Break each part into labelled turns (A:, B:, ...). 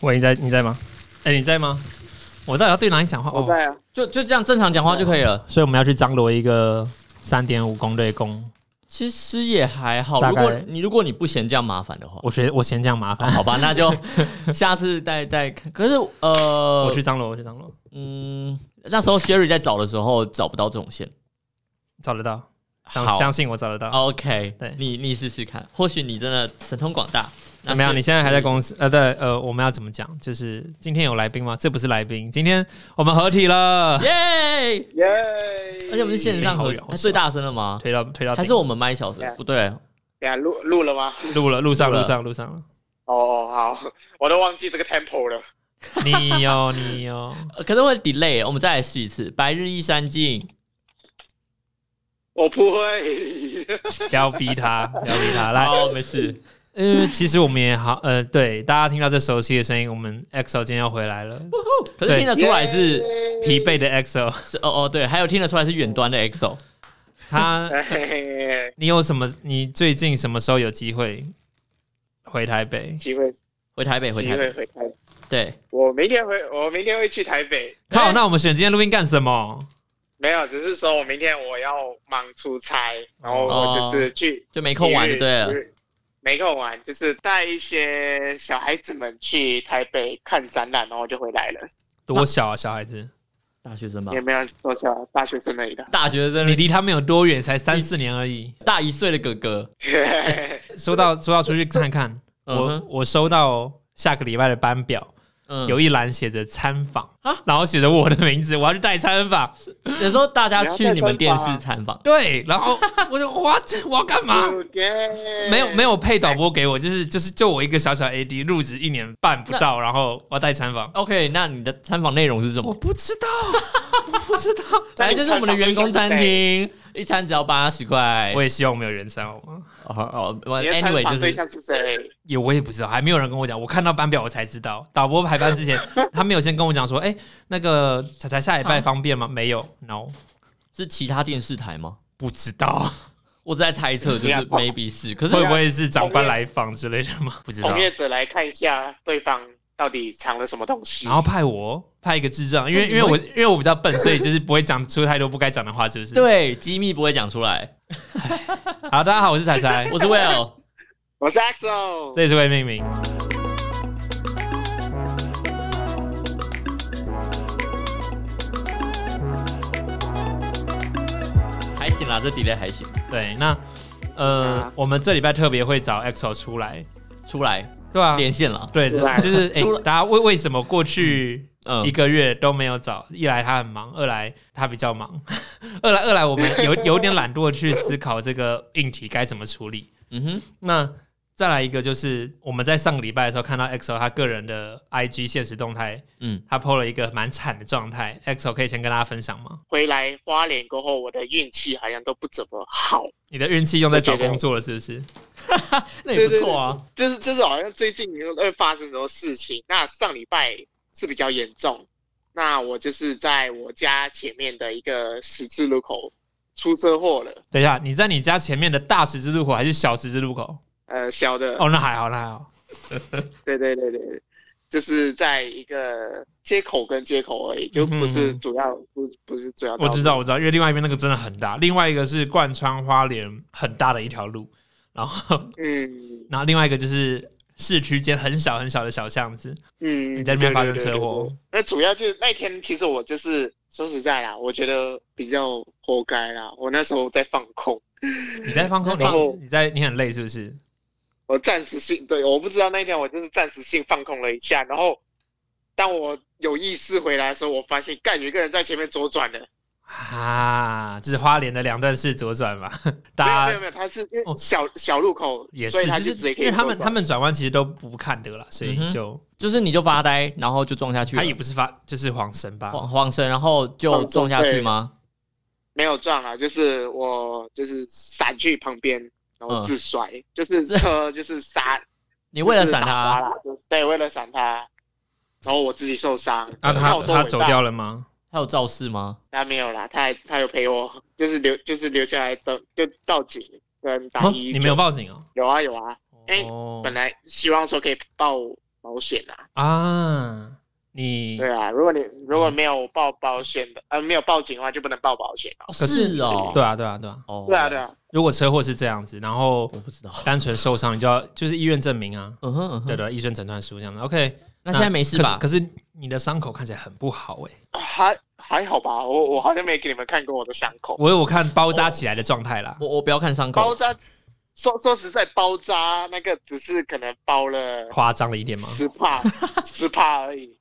A: 喂，你在你在吗？哎、你在吗？我到底要对哪里讲话？
B: 我
A: 哦，
B: 在啊，
C: 就就这样正常讲话就可以了。
A: 所以我们要去张罗一个三点五公对公。
C: 其实也还好，
A: 大
C: 如
A: 概
C: 果你如果你不嫌这样麻烦的话，
A: 我觉得我嫌这样麻烦，
C: 好吧，那就下次再再看。可是呃，
A: 我去张罗，我去张罗，
C: 嗯，那时候 Sherry 在找的时候找不到这种线。
A: 找得到，相
C: 好哦
A: 相信我找得到。
C: ，OK，
A: 对
C: 你你试试看，或许你真的神通广大。那
A: 怎么样？
C: 是
A: 啊你现在还在公司？呃，对，呃，我们要怎么讲？就是今天有来宾吗？这不是来宾，今天我们合体了，
C: 耶！
B: 耶！
C: 而且我们是线上
A: 好
C: 合
A: 远，好
C: 哎最大声了吗？
A: 推到推到顶，
C: 还是我们麦小声？
B: Yeah
C: 不对，
B: 等下录录了吗？
A: 录了，路上
C: 录了
A: 路上路上了。
B: 哦，好，我都忘记这个 tempo 了。
A: 你哟 你哟，
C: 呃可能会 delay。我们再来试一次。白日依山尽，
B: 我不会，
A: 不要逼他，不要逼他来。
C: 好，没事。
A: 呃，其实我们也好，呃，对，大家听到这熟悉的声音，我们 EXO 今天要回来了，
C: 可是听得出来是
A: 疲惫的 EXO。
C: 是哦哦对，还有听得出来是远端的 EXO。
A: 他，
B: 耶。
A: 你有什么？你最近什么时候有机会回台北？
B: 机会，
C: 回台北，回
B: 机
C: 台
B: 会
C: 北，
B: 回台北。
C: 对，
B: 我明天回，我明天会去台北。
C: 哎
A: 靠，那我们选今天录音干什么？
B: 没有，只是说我明天我要忙出差，然后我就是去
C: 就没空哦玩就对啊
B: 一
C: 了
B: 日。一日没空玩，就是带一些小孩子们去台北看展览，然后就回来了。
A: 多小啊，小孩子，
C: 大学生吧。
B: 也，没有多少大学生而已的
C: 大学
A: 你
C: 生，
A: 离他们有多远？才三四年而已。
C: 大一岁的哥哥，
A: 收到，收到，出去看看。我
C: 嗯
A: 我收到下个礼拜的班表，
C: 嗯，
A: 有一栏写着参访，然后写着我的名字，我要去带参访。
C: 有时候大家去你们电视参访，
A: 对，然 后我就哇，这我要干嘛？
B: OK
A: 没有没有配导播给我，就是就是就我一个小小 AD 入职一年半不到，然后我要带参访，
C: OK，那你的参访内容是什
A: 我
C: 么？
A: 不知道， 我不知道。
C: 反正就是我们的员工餐
B: 你
C: 厅，一餐只要八十块
A: 哎我。也希望我们有人参好吗？
C: 哦哦我
B: 的参
C: ，Anyway，
B: 访对
C: 就是
B: 象是谁？
A: 也我也不知道，还没有人跟我讲。我看到班表我才知道，导播排班之 前他没有先跟我讲说，哎、那个彩彩下礼拜方便吗？没有，no，
C: 是其他电视台吗？
A: 不知道，
C: 我只在猜测，就是
B: 你要
C: maybe 是，可是
A: 会不会是长官来访之类的吗？不知道
B: 从。业者来看一下对方到底藏了什么东西。
A: 然后派我派一个智障，因为因为我因为我比较笨，所以就是不会讲出太多不该讲的话，是不是？。
C: 对机密不会讲出来。
A: 好，大家 好，我是彩彩，
C: 我是 Will，
B: 我是 EXO，
A: 这里是为命名。
C: 还行啦，这 delay 还行，
A: 对，那呃，
B: 啊
A: 我们这礼拜特别会找 EXO 出来，
C: 出来
A: 对啊，
C: 连线了。
A: 对，
B: 出来
A: 就是、诶
C: 出来
A: 大家为为什么过去
C: 嗯
A: 一，个月都没有找？一来他很忙，二来他比较忙， 二来二来我们有有点懒惰去思考这个硬题该怎么处理。
C: 嗯哼，
A: 那再来一个就是我们在上个礼拜的时候看到 EXO 他个人的 IG 现实动态，
C: 嗯，
A: 他 PO 了一个蛮惨的状态，EXO 可以先跟大家分享吗？
B: 回来花莲过后，我的运气好像都不怎么好。
A: 你的运气用在找
B: 我觉得
A: 工作了是不是？
C: 那也不错啊。
B: 就是就是好像最近会发生很多事情。那上礼拜是比较严重，那我就是在我家前面的一个十字路口出车祸了，
A: 等一下，你在你家前面的大十字路口还是小十字路口？
B: 呃，小的，
A: 哦，那还好，那还好。
B: 对对对对，对就是在一个街口跟街口而已，就不是主要，不是不是主要。
A: 嗯我知道，，我知道，因为另外一边那个真的很大，另外一个是贯穿花莲很大的一条路，然后，
B: 嗯
A: 然后另外一个就是市区间很小很小的小巷子。
B: 嗯，
A: 你在那边发生
B: 对对对
A: 车祸
B: 对对那主要就是那天，其实我就是说实在啦，我觉得比较活该啦。我那时候在放空。
A: 你在放空，
B: 然后
A: 你你在你很累是不是？
B: 我暂时性对，我不知道那一天我就是暂时性放空了一下，然后当我有意识回来的时候，我发现干有一个人在前面左转的，
A: 啊，就是花莲的两段式左转嘛，
B: 没有
A: 大
B: 没
A: 家
B: 有没有，他是因为
A: 哦
B: 小、小路口，
A: 也
B: 所
A: 是
B: 以，他
A: 就
B: 直
A: 是
B: 接可
A: 因为
B: 以
A: 他
B: 左
A: 们
B: 转
A: 他们转弯其实都不看的啦，所
C: 嗯哼啊
A: 以就
C: 就是你就发呆，然后就撞下去了，
A: 他也不是发就是晃神吧，
C: 晃晃神，然后就撞下去吗？
B: 没有撞啊，就是我就是闪去旁边，然后
C: 嗯
B: 自摔，就是车就是刹，
C: 你为了闪
B: 就是打滑
C: 他，
B: 啦，就是对，为了闪他，然后我自己受伤，
C: 嗯
A: 啊，
B: 那
A: 他
B: 我多
A: 他
B: 伟
A: 走
B: 大
A: 掉了吗？
C: 他有肇事吗？
B: 他没有啦，他还他有陪我，就是留就是留下来等就报警跟打
A: 哦
B: 一、
A: 你没有报警哦？
B: 有啊有啊，哎
A: 哦
B: 本来希望说可以报保险啊。
A: 啊，
C: 嗯
A: 你
B: 对啊，如果你如果没有报保险的，呃，没有报警的话，就不能报保险哦。
A: 可是
C: 哦，
A: 对啊，对啊，对啊。
C: 哦，
B: 对啊，对，啊，
A: 如果车祸是这样子，然后
B: 嗯
C: 我不知道，
A: 单纯受伤，你就要就是医院证明啊，
C: 嗯哼嗯
A: 对
C: 哼，
A: 对，医生诊断书这样的。OK，
C: 那现在没事吧
A: 可？是可是你的伤口看起来很不好哎、
B: 还还好吧，我我好像没给你们看过我的伤口，
A: 我有看包扎起来的状态啦。
B: 哦
C: 我我不要看伤
B: 包
C: 口，
B: 扎。说说实在，包扎那个只是可能包了
A: 夸张了一点吗？
B: 十帕，十帕而已，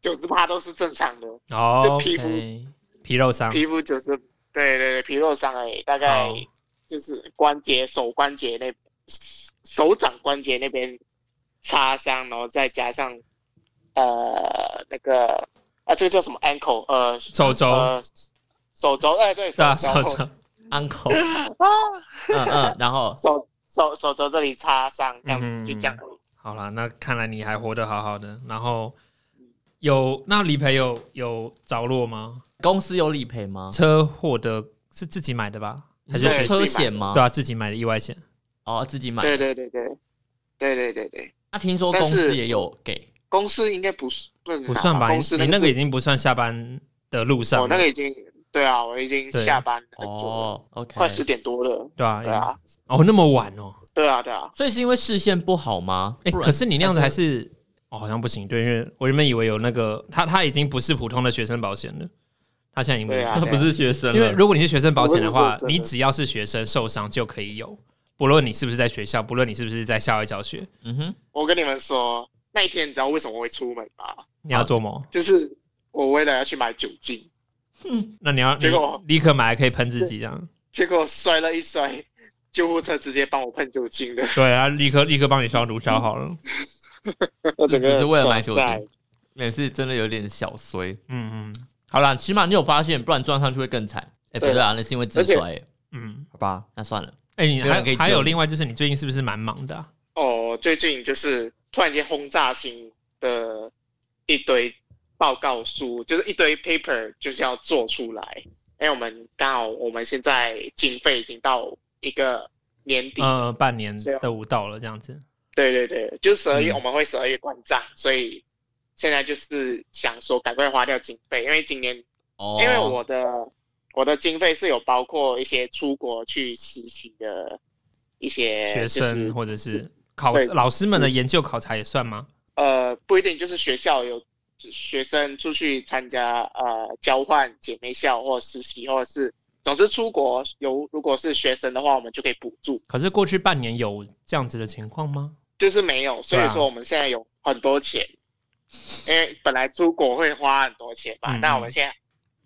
B: 九十帕都是正常的，
A: 哦
B: 就皮肤
A: OK，皮肉伤，
B: 皮肤九十，对对对，皮肉伤而已，大概
A: 啊好
B: 就是关节、手关节那、手掌关节那边擦伤，然后再加上呃那个啊，这个叫什么 ankle 呃
A: 手肘
B: 呃手肘哎、对
A: 是啊，
B: 手
A: 手肘
C: ，uncle，
B: 啊
C: 嗯嗯，然后
B: 手手手肘这里擦伤这样子、
A: 嗯
B: 就这样而已。
A: 好啦，那看来你还活得好好的。然后有那理赔有有着落
B: 嗯
A: 吗？
C: 公司有理赔吗？
A: 车祸的是自己买的吧？还是
B: 对
A: 学
B: 自己
C: 车
B: 买
C: 险吗？
A: 对啊，自己买的意外险
C: 哦，自己买。
B: 对对对对对对对对，
C: 那听说
B: 但
C: 公司
B: 是
C: 也有给，
B: 公司应该不是不能
A: 不
B: 拿
A: 算吧？
B: 公
A: 你
B: 司
A: 你那
B: 个
A: 个已经不算下班的路上
B: 我
A: 了，
B: 那个已经对啊，我已经
A: 对
B: 下班很久了，
C: 哦，OK，
B: 快十点多了。
A: 对吧、
B: 对啊，
A: 哦，那么晚哦，
B: 对啊，对啊，
C: 所以是因为视线不好吗？
A: 哎、
C: 不然
A: 可是你那样子还是哦，好像不行，对，因为我原本以为有那个他他已经不是普通的学生保险了，他现在已经不是
B: 对啊
C: 他不是学生了，
A: 因为如果你是学生保险的话
B: 我不是说，真的
A: 你只要是学生受伤就可以有，不论你是不是在学校，不论你是不是在校外教学，
C: 嗯哼，
B: 我跟你们说，那一天你知道为什么我会出门吗？
A: 你要做
B: 啊
A: 梦，
B: 就是我为了要去买酒精，
A: 那你要
B: 结果
A: 你立刻买来可以喷自己这样，
B: 结果摔了一摔，救护车直接帮我喷酒精的，
A: 对啊，立刻立刻帮你消毒消好了，
B: 我整个
C: 只是为了买酒精
B: 爽晒
C: 也是真的有点小衰。
A: 嗯嗯
C: 好啦，起码你有发现，不然撞上去会更惨。哎，不
B: 对
C: 对啊，那是因为自
B: 而且
C: 摔，
A: 嗯，
C: 好吧，那算了。
A: 哎、你
C: 没有
A: 还
C: 人可以救
A: 还有
C: 你
A: 另外就是你最近是不是蛮忙的啊、
B: 哦，最近就是突然间轰炸性的一堆报告书，就是一堆 paper，就是要做出来。因为我们刚好我们现在经费已经到一个年底，
A: 呃，半年
B: 是啊
A: 的舞蹈了这样子，
B: 对对对，就是十二月、
A: 嗯
B: 我们会十二月关账，所以现在就是想说赶快花掉经费，因为今年、
C: 哦，
B: 因为我的我的经费是有包括一些出国去实习的一些
A: 学
B: 就
A: 生
B: 是
A: 或者是考
B: 对嗯
A: 老师们的研究考察也算吗？
B: 呃不一定就是学校有学生出去参加呃交换姐妹校或实习，或者是总之出国有如果是学生的话，我们就可以补助，
A: 可是过去半年有这样子的情况吗？
B: 就是没有，所
A: 对
B: 以
A: 啊
B: 说我们现在有很多钱，因为本来出国会花很多钱嘛，
A: 嗯
B: 那我们现在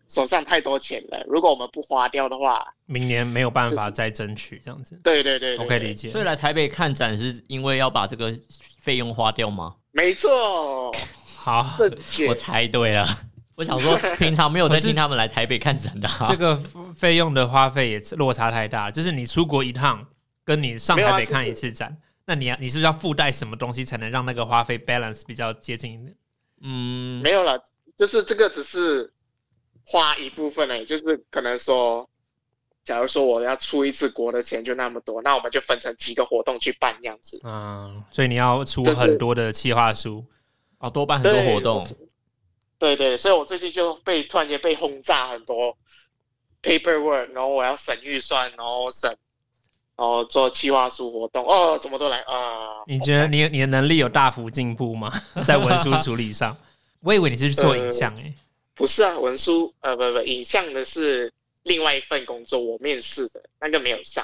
B: 手上太多钱了，如果我们不花掉的话，
A: 明年没有办法
B: 就是
A: 再争取这样子
B: 对对对对
A: ，OK
B: 对
A: 理解。
C: 所以来台北看展是因为要把这个费用花掉吗？
B: 没 错，
A: 好，
B: 正解
C: 我，猜对了。 我想说，平常没有在
A: 可是
C: 听他们来台北看展 的啊，
A: 这个费用的花费也是落差太大，就是你出国一趟，跟你上
B: 没有啊
A: 台北看
B: 就是
A: 一次展，那你要你是不是要附带什么东西才能让那个花费 balance 比较接近一点？
C: 嗯，
B: 没有了，就是这个只是花一部分呢，就是可能说，假如说我要出一次国的钱就那么多，那我们就分成几个活动去办这样子，
A: 嗯，所以你要出
B: 就是
A: 很多的企划书，
C: 哦，多办很多
B: 对
C: 活动，
B: 对对，所以我最近就被突然间被轰炸很多 paperwork，然后我要省预算，然后省，然后做企划书活动，哦，什么都来啊。
A: 你觉得你你的能力有大幅进步吗？ 在文书处理上， 我以为你是去做影像诶、欸
B: 不是啊，文书呃不不，影像的是另外一份工作，我面试的那个没有上。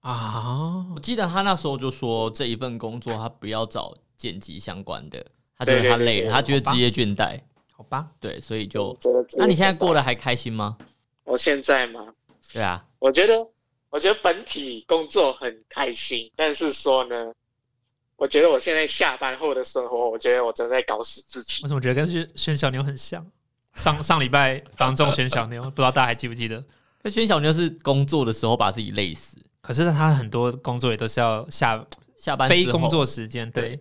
A: 啊，
C: 我记得他那时候就说这一份工作他不要找剪辑相关的，他觉
B: 对
C: 得他
B: 对对
C: 累
B: 对嗯
C: 了，
B: 对
C: 他觉得职业倦怠，
A: 好吧，
C: 对，所以就。
B: 觉得这个
C: 那你现在过
B: 不
C: 得
B: 大？
C: 还开心吗？
B: 我现在吗？
C: 对啊，
B: 我觉得我觉得本体工作很开心，但是说呢，我觉得我现在下班后的生活，我觉得我真的在搞死自己。
A: 我怎么觉得跟宣宣小牛很像？上上礼拜防中宣小 牛，不知道大家还记不记得？
C: 那宣小妞是工作的时候把自己累死，
A: 可是他很多工作也都是要下
C: 下班
A: 非
C: 之后
A: 工作时间，对，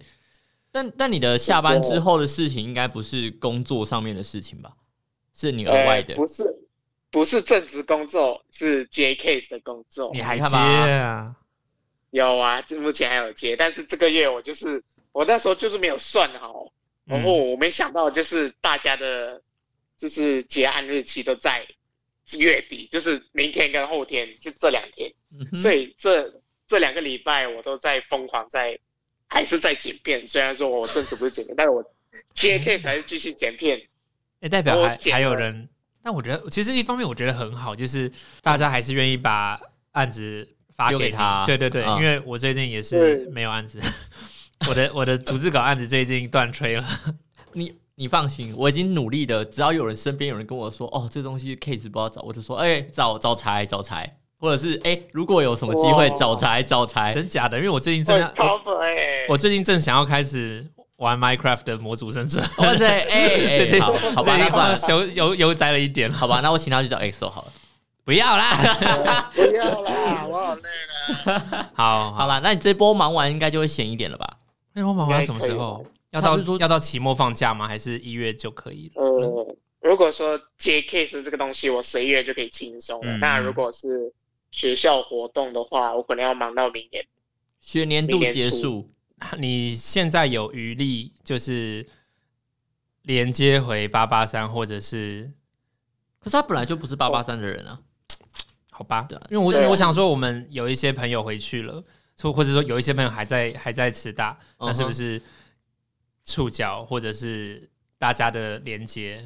C: 但但你的下班之后的事情应该不是工作上面的事情吧？是你额
B: 呃，
C: 外的。
B: 不是不是正职工作，是接 case 的工作
A: 哦你。还
C: 你看
A: 接
C: 吧
A: 啊？
B: 有啊，这目前还有接，但是这个月我就是我那时候就是没有算好，
A: 嗯
B: 然后
C: 嗯
B: 我没想到就是大家的，就是结案日期都在月底，就是明天跟后天，就这两天，
C: 嗯哼
B: 所以这这两个礼拜我都在疯狂在，还是在剪片。虽然说我正职不是剪片，但是我接 case 还是继续剪片。
A: 也代表
B: 我
A: 还
B: 剪
A: 还有
B: 了
A: 人。但我觉得，其实一方面我觉得很好，就是大家还是愿意把案子发
C: 丢给
A: 你
C: 他
A: 对对对，
C: 嗯
A: 因为我最近也是
B: 对
A: 没有案子， 我的我的逐字稿案子最近断吹了。
C: 你你放心，我已经努力的，只要有人身边有人跟我说，哦，这东西 case 不好找，我就说，哎、找找柴找柴，或者是哎、如果有什么机会
B: 哇
C: 找柴找柴，
A: 真假的？因为我最近
B: 会
A: 正要，我
B: cover 哎、
A: 我最近正想要开始玩 Minecraft 的模组生存，
C: 哇塞，哎、哎、
A: 最近
C: 好好吧，
A: 最
C: 那
A: 近
C: 算了，
A: 悠悠悠哉了一点了，
C: 好吧，那我请他去找 XO 好了。
A: 不要啦。
B: 不要啦，我好累了。
A: 好
C: 好
A: 好，
C: 啦，那你这波忙完应该就会闲一点了吧？
A: 那罗马华什么时候
B: 应该可以
A: 要
C: 他
A: 到
C: 不是说
A: 要到期末放假吗？还是一月就可以了？
B: 呃，如果说接 case 这个东西，我十一月就可以轻松了。
A: 嗯
B: 那如果是学校活动的话，我可能要忙到明年。
C: 学年度结束，
A: 你现在有余力，就是连接回八八三，或者是
C: 可是他本来就不是八八三的人啊。
A: 好吧
C: 对啊？
A: 因为我
B: 对啊
A: 我想说，我们有一些朋友回去了，或或者说有一些朋友还在还在慈大，
C: 嗯哼
A: 那是不是触角或者是大家的连接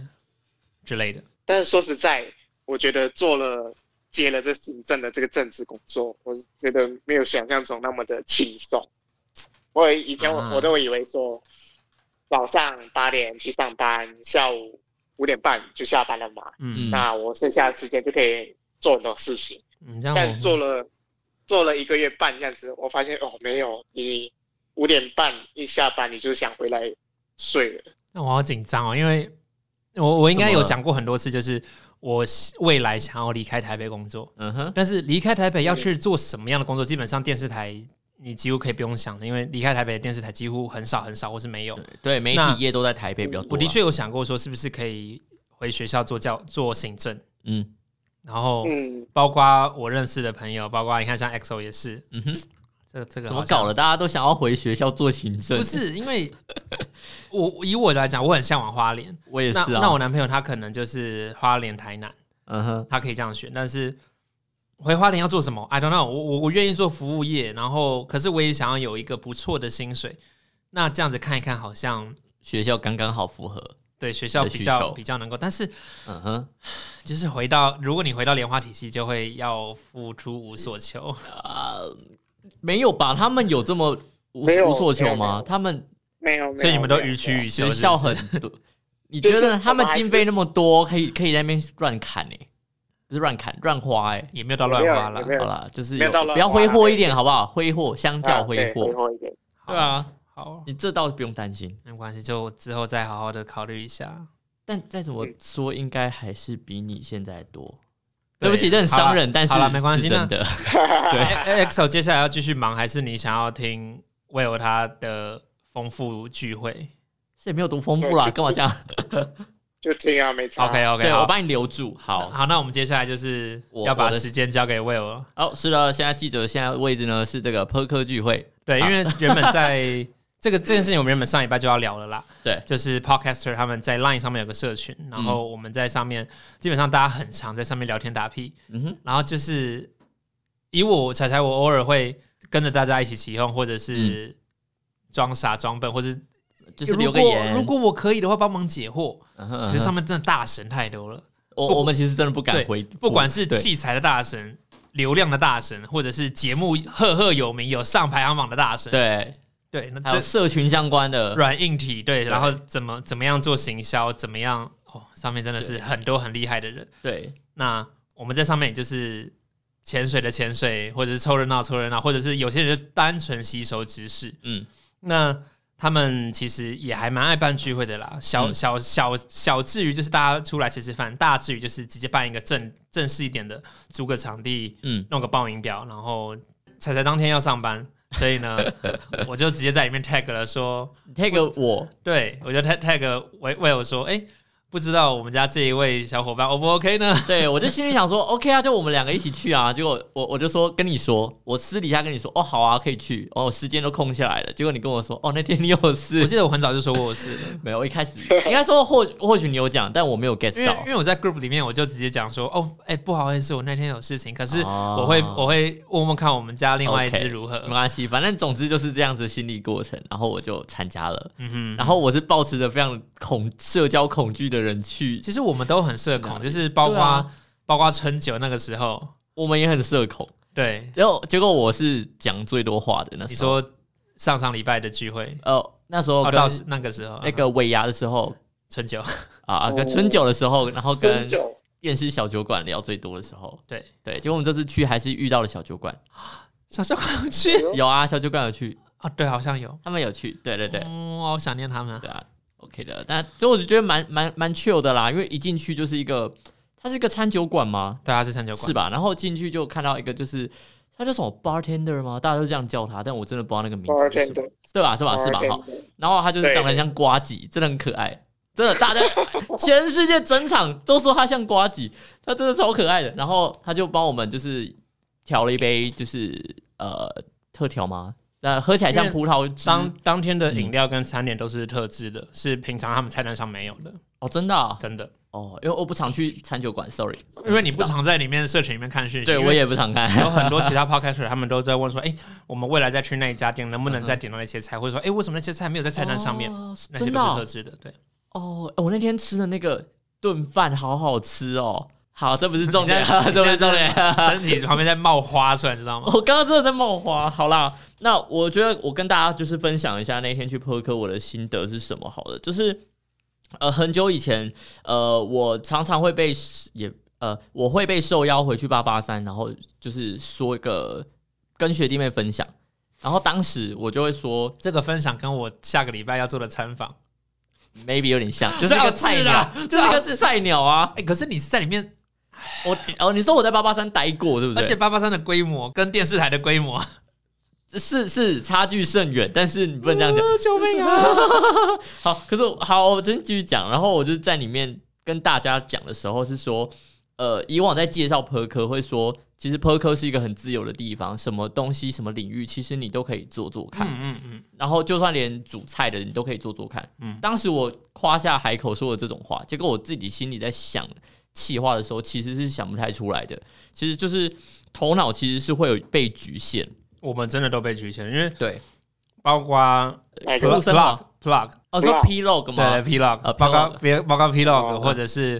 A: 之类的？
B: 但是说实在，我觉得做了接了这行政的这个政治工作，我觉得没有想象中那么的轻松。我以前我、
A: 啊
B: 我都以为说，早上八点去上班，下午五点半就下班了嘛，
A: 嗯，
B: 那我剩下的时间就可以做很多事情。
A: 你嗯这样
B: 但
A: 我
B: 做了做了一个月半这样子，我发现哦，没有，你五点半一下班，你就想回来睡了。
A: 那我好紧张哦，因为我我应该
C: 怎么
A: 有
C: 了
A: 讲过很多次，就是我未来想要离开台北工作，
C: 嗯哼，
A: 但是离开台北要去做什么样的工作，基本上电视台你几乎可以不用想的，因为离开台北的电视台几乎很少很少，或是没有
C: 对。对，媒
A: 那
C: 体业都在台北比较多啊。
A: 我的确有想过说，是不是可以回学校做教做行政，
C: 嗯
A: 然后
B: 嗯，
A: 包括我认识的朋友，包括你看像 XO 也是，
C: 嗯哼，
A: 这个这个
C: 怎么
A: 好像
C: 搞了？大家都想要回学校做行政，
A: 不？是因为我以我来讲，我很向往花莲。
C: 我也是
A: 那
C: 啊。
A: 那我男朋友他可能就是花莲、台南，
C: 嗯哼，
A: 他可以这样选，但是回花莲要做什么？I don't know 我。我我愿意做服务业，然后可是我也想要有一个不错的薪水。那这样子看一看，好像
C: 学校刚刚好符合。
A: 对学校
C: 你的
A: 比
C: 需
A: 较
C: 求
A: 比较能够，但是
C: 嗯哼，
A: 就是回到如果你回到莲花体系，就会要付出无所求。
C: 呃没有吧？他们有这么无
B: 没有
C: 无所
B: 没
C: 求
B: 有没
C: 吗
B: 有？
C: 他们
B: 没有，没有
A: 所以你们都
B: 没有
A: 予取予求，
C: 学
A: 是
C: 校
A: 不是
C: 很多，你觉
B: 就是
C: 得他们
B: 我还是
C: 经费那么多，可以可以在那边乱砍呢？不是乱砍，乱花哎。
A: 也没有到乱花
B: 也没
A: 了。
B: 有
C: 好啦，就是
B: 没有
C: 有
B: 到乱
C: 不要
B: 花
C: 挥
B: 啦
C: 霍
B: 对
C: 一点好不好？挥霍，相较
B: 啊
C: 挥
B: 对挥
C: 霍，
B: 霍一点。
C: 对啊，
A: 好，
C: 你这倒不用担心。
A: 没关系，就之后再好好的考虑一下。
C: 但再
B: 嗯
C: 怎么说，应该还是比你现在多。
A: 对
C: 对不起，这很
A: 好啦
C: 伤人，但是
A: 好啦没关系
C: 是真的。
A: 对，XO 哎接下来要继续忙，还是你想要听 Will 他的丰富聚会
C: 这也没有多丰富啦，
B: 对
C: 干 嘛这样？
B: 就听啊，没差。
A: ？OK OK，
C: 对我把你留住。好，
A: 好，那我们接下来就是
C: 我
A: 要把
C: 我的
A: 时间交给 Will 了。
C: 好，是的，现在记者现在位置呢是这个 p 科聚会，
A: 对，因
C: 好
A: 为原本在 这个这件事情，我们原本上礼拜就要聊了啦。
C: 对
A: 就是 Podcaster 他们在 Line 上面有个社群，然后我们在上面、基本上大家很常在上面聊天打屁，
C: 嗯哼，
A: 然后就是以我彩彩，我偶尔会跟着大家一起起哄，或者是装傻装笨，或者
C: 就
A: 嗯
C: 是
A: 哎如
C: 留个
A: 果
C: 言。
A: 如果我可以的话，帮忙解惑。
C: 嗯哼嗯
A: 可
C: 哼
A: 是上面真的大神太多了，
C: 我
A: 不
C: 我们其实真的不敢
A: 对
C: 回，
A: 不管是
C: 对
A: 器材的大神、流量的大神，或者是节目赫赫有名、有上排行榜的大神，
C: 对，
A: 对，那
C: 还
A: 这
C: 有社群相关的，
A: 软硬体对，然后怎么怎么样做行销，怎么样哦，上面真的是
C: 对
A: 很多很厉害的人。
C: 对，
A: 那我们在上面也就是潜水的潜水，或者是凑热闹凑热闹，或者是有些人就单纯吸收知识。
C: 嗯，
A: 那他们其实也还蛮爱办聚会的啦，小
C: 嗯
A: 小小小至于就是大家出来吃吃饭，大至于就是直接办一个正正式一点的，租个场地，
C: 嗯，
A: 弄个报名表，然后彩彩当天要上班，所以 呢，我就直接在里面 tag 了说，
C: 你 take 我，
A: 对我就 tag tag 为为我说，哎、不不知道我们家这一位小伙伴 O 不 OK 呢？
C: 对，我就心里想说，OK 啊，就我们两个一起去啊。结果我我就说跟你说，我私底下跟你说，哦，好啊，可以去。哦，时间都空下来了。结果你跟我说，哦，那天你有
A: 我
C: 事，
A: 记得我很早就说过我 是的，
C: 没有？我一开始应该说或或许你有讲，但我没有
A: 因
C: get
A: 为
C: 到
A: 因。为我在 group 里面我就直接讲说，哦，哎、不好意思，我那天有事情，可是
C: 哦
A: 我会、我会问问看我们家另外一只
C: OK
A: 如何。
C: 没关系，反正总之就是这样子的心理过程。然后我就参加了，
A: 嗯
C: 然
A: 哼，
C: 后我是保持着非常恐社交恐惧的人去，
A: 其实我们都很社恐，
C: 是哪里
A: 就是包括、
C: 对啊
A: 包括春酒那个时候，
C: 我们也很社恐。
A: 对，
C: 结果结果我是讲最多话的那
A: 你
C: 时候，
A: 说上上礼拜的聚会，
C: 呃那时候
A: 哦，
C: 跟
A: 到那个时候嗯
C: 那个尾牙的时候
A: 春酒，
C: 啊啊，跟
B: 哦
C: 春酒的时候，然后
B: 真
C: 跟
B: 久，
C: 电视小酒馆聊最多的时候，
A: 对
C: 对，结果我们这次去还是遇到了小酒馆，
A: 小时候去
C: 有啊，小酒馆有去，
A: 啊，对，好像有，
C: 他们有去，对对对、
A: 嗯，我好想念他们啊。
C: 对啊，OK 的，但所以我就觉得蛮蛮蛮 chill 的啦，因为一进去就是一个，它是一个餐酒馆吗？
A: 对啊，是餐酒馆
C: 是吧？然后进去就看到一个就是。他叫什么 bartender 吗？大家都这样叫他，但我真的不知道那个名字是什么
B: bartender，
C: 对吧？是吧？是吧？好，然后他就是长得很像瓜吉，真的很可爱，真的，大家 全世界整场都说他像瓜吉，他真的超可爱的。然后他就帮我们就是调了一杯，就是呃特调吗？那喝起来像葡萄汁
A: 当当天的饮料跟餐点都是特制的，是平常他们菜单上没有的，
C: 哦，真的啊、
A: 真的。
C: 哦，因为我不常去餐酒馆，sorry，
A: 因为你不，常在里面社群里面看讯息，
C: 对
A: 因为
C: 我也不常
A: 有
C: 看，
A: 很多其他 podcaster 他们都在问说，哎、我们未来再去那一家店，能不能再点到那些菜，或者说，哎、为什么那些菜没有在菜单上面？
C: 嗯哦
A: 那些
C: 真
A: 都
C: 的
A: 是
C: 啊
A: 特制的，对。
C: 哦，我那天吃的那个炖饭好好吃哦。好，这不是 重点啊
A: 你现，在
C: 这不是重
A: 你
C: 点
A: 现，在身体旁边在冒花出来，知道吗？
C: 我刚刚真的在冒花。好啦，那我觉得我跟大家就是分享一下那天去破科我的心得是什么好了，就是呃很久以前，呃我常常会被也呃我会被受邀回去八八三，然后就是说一个跟学弟妹分享，然后当时我就会说
A: 这个分享跟我下个礼拜要做的参访，
C: maybe 有点像，就是一
A: 最好
C: 个
A: 吃
C: 菜鸟
A: 啦，
C: 就是一个菜鸟啊。
A: 哎、可是你是在里面，
C: 我哦你说我在八八三待过对不对？
A: 而且八八三的规模跟电视台的规模，
C: 是是差距甚远，但是你不能这样讲。
A: 救命啊！
C: 好，可是我好，我真继续讲。然后我就在里面跟大家讲的时候是说，呃，以往在介绍 p 科会说，其实 p 科是一个很自由的地方，什么东西、什么领域，其实你都可以做做看。
A: 嗯嗯嗯，
C: 然后就算连煮菜的，你都可以做做看。
A: 嗯
C: 当时我夸下海口说的这种话，结果我自己心里在想气话的时候，其实是想不太出来的。其实就是头脑其实是会有被局限。
A: 我们真的都被局限，因为
C: 对，
A: 包括
B: 哪
C: 格
B: 个
C: 鲁森堡
A: plug plug
C: 哦，说
B: 对啊
C: P log
A: 对
C: 吗？
A: p log，
C: 呃
A: 包括
C: Vlog
A: 别包括 p log，
B: 哦
A: 或者是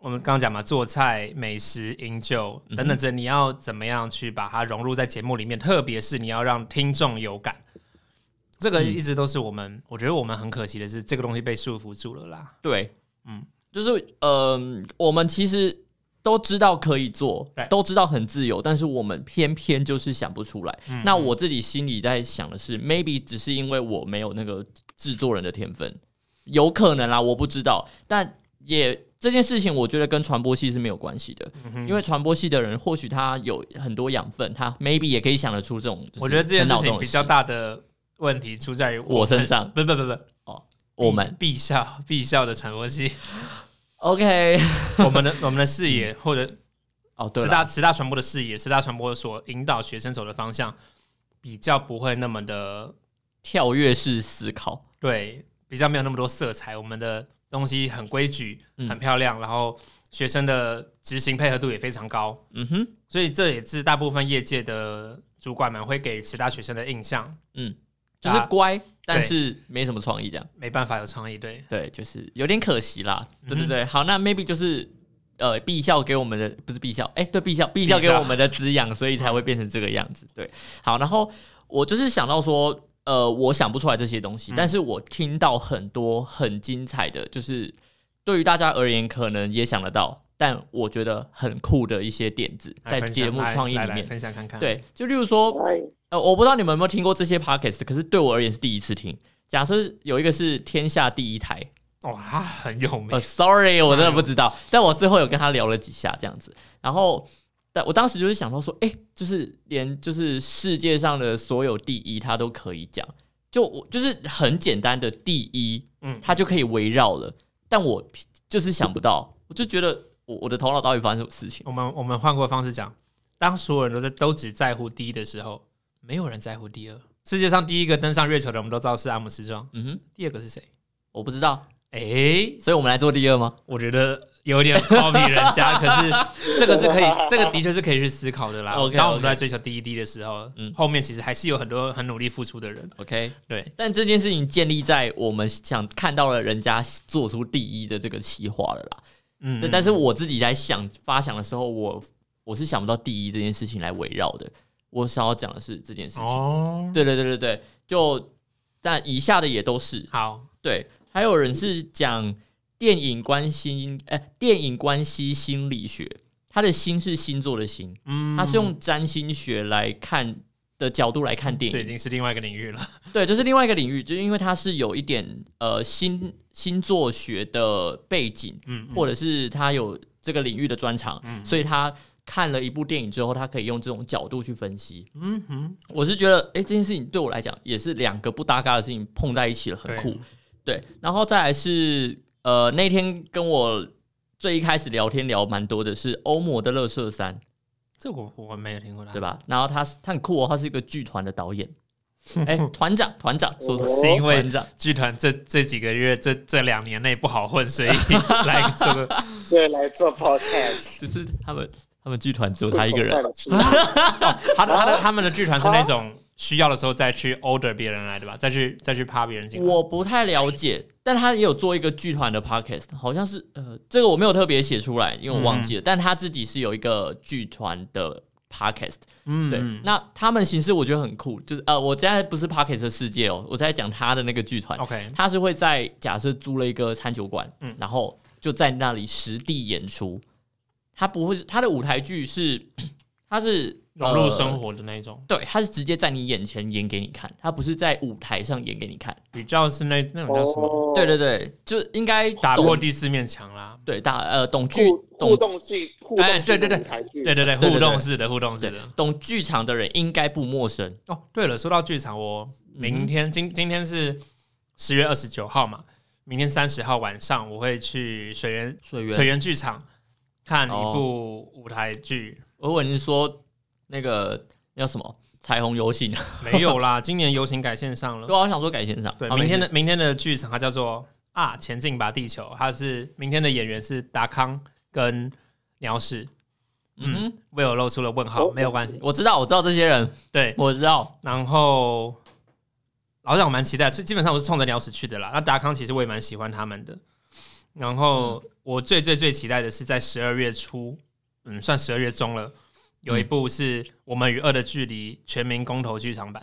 A: 我们刚刚讲嘛，做菜、美食、饮酒
C: 嗯
A: 等等这，你要怎么样去把它融入在节目里面？特别是你要让听众有感，这个
C: 嗯
A: 一直都是我们，我觉得我们很可惜的是，这个东西被束缚住了啦。
C: 对，
A: 嗯
C: 嗯，就是嗯、我们其实都知道可以做
A: 对，
C: 都知道很自由，但是我们偏偏就是想不出来。
A: 嗯
C: 那我自己心里在想的是，maybe 只是因为我没有那个制作人的天分，有可能啦，我不知道，但也。这件事情我觉得跟传播系是没有关系的，
A: 嗯
C: 因为传播系的人或许他有很多养分，他 maybe 也可以想得出这种。就是
A: 我觉得这件事
C: 很脑
A: 情
C: 洞的
A: 比较大的问题出在于
C: 我身上
A: 们，不不不不，
C: 我们
A: 必校必校的传播系，
C: OK
A: 我们的我们的视
C: 嗯
A: 野或者
C: 哦，对
A: 慈
C: 了，
A: 大慈大传播的视野，慈大传播所引导学生走的方向，比较不会那么的
C: 跳跃式思考，
A: 对，比较没有那么多色彩。我们的东西很规矩，
C: 嗯
A: 很漂亮，然后学生的执行配合度也非常高，
C: 嗯哼，
A: 所以这也是大部分业界的主管们会给慈大学生的印象。
C: 就是
A: 啊
C: 乖，但是没什么创意，这样
A: 没办法有创意，对，
C: 对，就是有点可惜啦，
A: 嗯哼
C: 对对对。好，那 maybe 就是呃，毕校给我们的不是毕校，哎、对，毕校，毕校
A: 毕
C: 给
A: 校
C: 我们的滋养，所以才会变成这个样子。对，好，然后我就是想到说，呃，我想不出来这些东西，
A: 嗯
C: 但是我听到很多很精彩的，就是对于大家而言，可能也想得到，但我觉得很酷的一些点子，
A: 来
C: 在
A: 分享
C: 节目
A: 来
C: 创意
A: 来
C: 里
A: 来
C: 面。
A: 分享看看。，
C: 对，就例如说，
B: 哎
C: 呃，我不知道你们有没有听过这些 podcast，可是对我而言是第一次听。假设有一个是天下第一台，
A: 哇，他很有名
C: 呃，，sorry，我真的不知道，但我最后有跟他聊了几下这样子，然后，但我当时就是想到说，哎、就是连就是世界上的所有第一，他都可以讲，就我就是很简单的第一，
A: 嗯，
C: 它就可以围绕了。但我就是想不到，我就觉得我我的头脑到底发生什么事情？
A: 我们我们换过方式讲，当所有人都在都只在乎第一的时候，没有人在乎第二。世界上第一个登上月球的，我们都知道是阿姆斯壮，
C: 嗯哼，
A: 第二个是谁？
C: 我不知道，
A: 诶，
C: 所以我们来做第二吗？
A: 我觉得有点 copy 人家，可是 这个是可以，这个的确是可以去思考的啦。
C: OK，OK
A: 当我们都在追求第一滴的时候，
C: 嗯
A: 后面其实还是有很多很努力付出的人。
C: OK，
A: 对，
C: 但这件事情建立在我们想看到了人家做出第一的这个企划了啦。
A: 嗯，
C: 对，但是我自己在想发想的时候，我我是想不到第一这件事情来围绕的。我想要讲的是这件事情。
A: 哦，
C: 对对对对对，就但以下的也都是
A: 好，
C: 对，还有人是讲电影关心，哎、电影关系心理学，它的心是星座的心，
A: 嗯，
C: 它是用占星学来看的角度来看电
A: 这已
C: 影，
A: 经是另外一个领域了。
C: 对，这是另外一个领域，就是因为它是有一点呃星星座学的背景，
A: 嗯，嗯
C: 或者是他有这个领域的专长，所以他看了一部电影之后，他可以用这种角度去分析。
A: 嗯哼，
C: 我是觉得，哎、这件事情对我来讲也是两个不搭嘎的事情碰在一起了，很
A: 对
C: 酷。对，然后再来是呃，那天跟我最一开始聊天聊蛮多的是欧摩的乐色三，
A: 这我我没有听过啦，
C: 对吧？然后他是他很酷哦，他是一个剧团的导 演，哎、团长，团长，说错，
A: 是因为
C: 团长。
A: 剧团这这几个月这这两年内不好混， 所以来这个
B: 所以来做 podcast，
C: 只是他们，他们剧团只有他一 个人，
A: 他的他的他们的剧团是那种需要的时候再去 order 别人来的吧，再去再去趴别人进来。
C: 我不太了解，但他也有做一个剧团的 podcast，好像是呃，这个我没有特别写出来，因为我忘
A: 嗯
C: 记了。但他自己是有一个剧团的 podcast，
A: 嗯
C: 对。
A: 嗯
C: 那他们形式我觉得很酷，就是呃，我现在不是 podcast 的世界哦，我在讲他的那个剧团，
A: ，OK，
C: 他是会在假设租了一个餐酒馆，
A: 哦嗯
C: 然后就在那里实地演出。他不会是他的舞台剧是， 他是
A: 融入
C: 活。呃
A: 生活的那一种。
C: 对，他是直接在你眼前演给你看，他不是在舞台上演给你看。
A: 比较是那那种叫什么？
B: 哦
C: 对对对，就应该
A: 打
C: 懂
A: 破第四面墙啦。
C: 对打呃懂剧
B: 互互
C: 懂
B: 动性互动
A: 哎对
B: 性
A: 对
B: 的
A: 对
B: 舞台剧，
A: 对对对，
C: 嗯对对
A: 互动式的，互动式
C: 对
A: 的。
C: 懂剧场的人应该不陌生。
A: 哦，对了，说到剧场，我
C: 嗯
A: 明天今今天是十月二十九号嘛，明天三十号晚上我会去水源
C: 水
A: 水
C: 源，
A: 源剧场看一
C: 哦
A: 部舞台剧。
C: 我问你说那个那叫什么彩虹游行，
A: 没有啦，今年游行改线上了
C: 对，。我想说改线上。
A: 对，
C: 好
A: 明天
C: 哦没事
A: 的明天的剧场它叫做啊，前进吧地球，它是明天的演员是达康跟鸟屎。
C: 嗯哼，
A: 我有露出了问号，
B: 哦
A: 没有关系。
C: 我知道我知道这些人，
A: 对，
C: 我知道。
A: 然后老实讲我蛮期待，是基本上我是冲着鸟屎去的啦。那达康其实我也蛮喜欢他们的。然后
C: 嗯
A: 我最最最期待的是在十二月初，嗯，算十二月中了，有
C: 嗯
A: 一部是《我们与恶的距离》全民公投剧场版。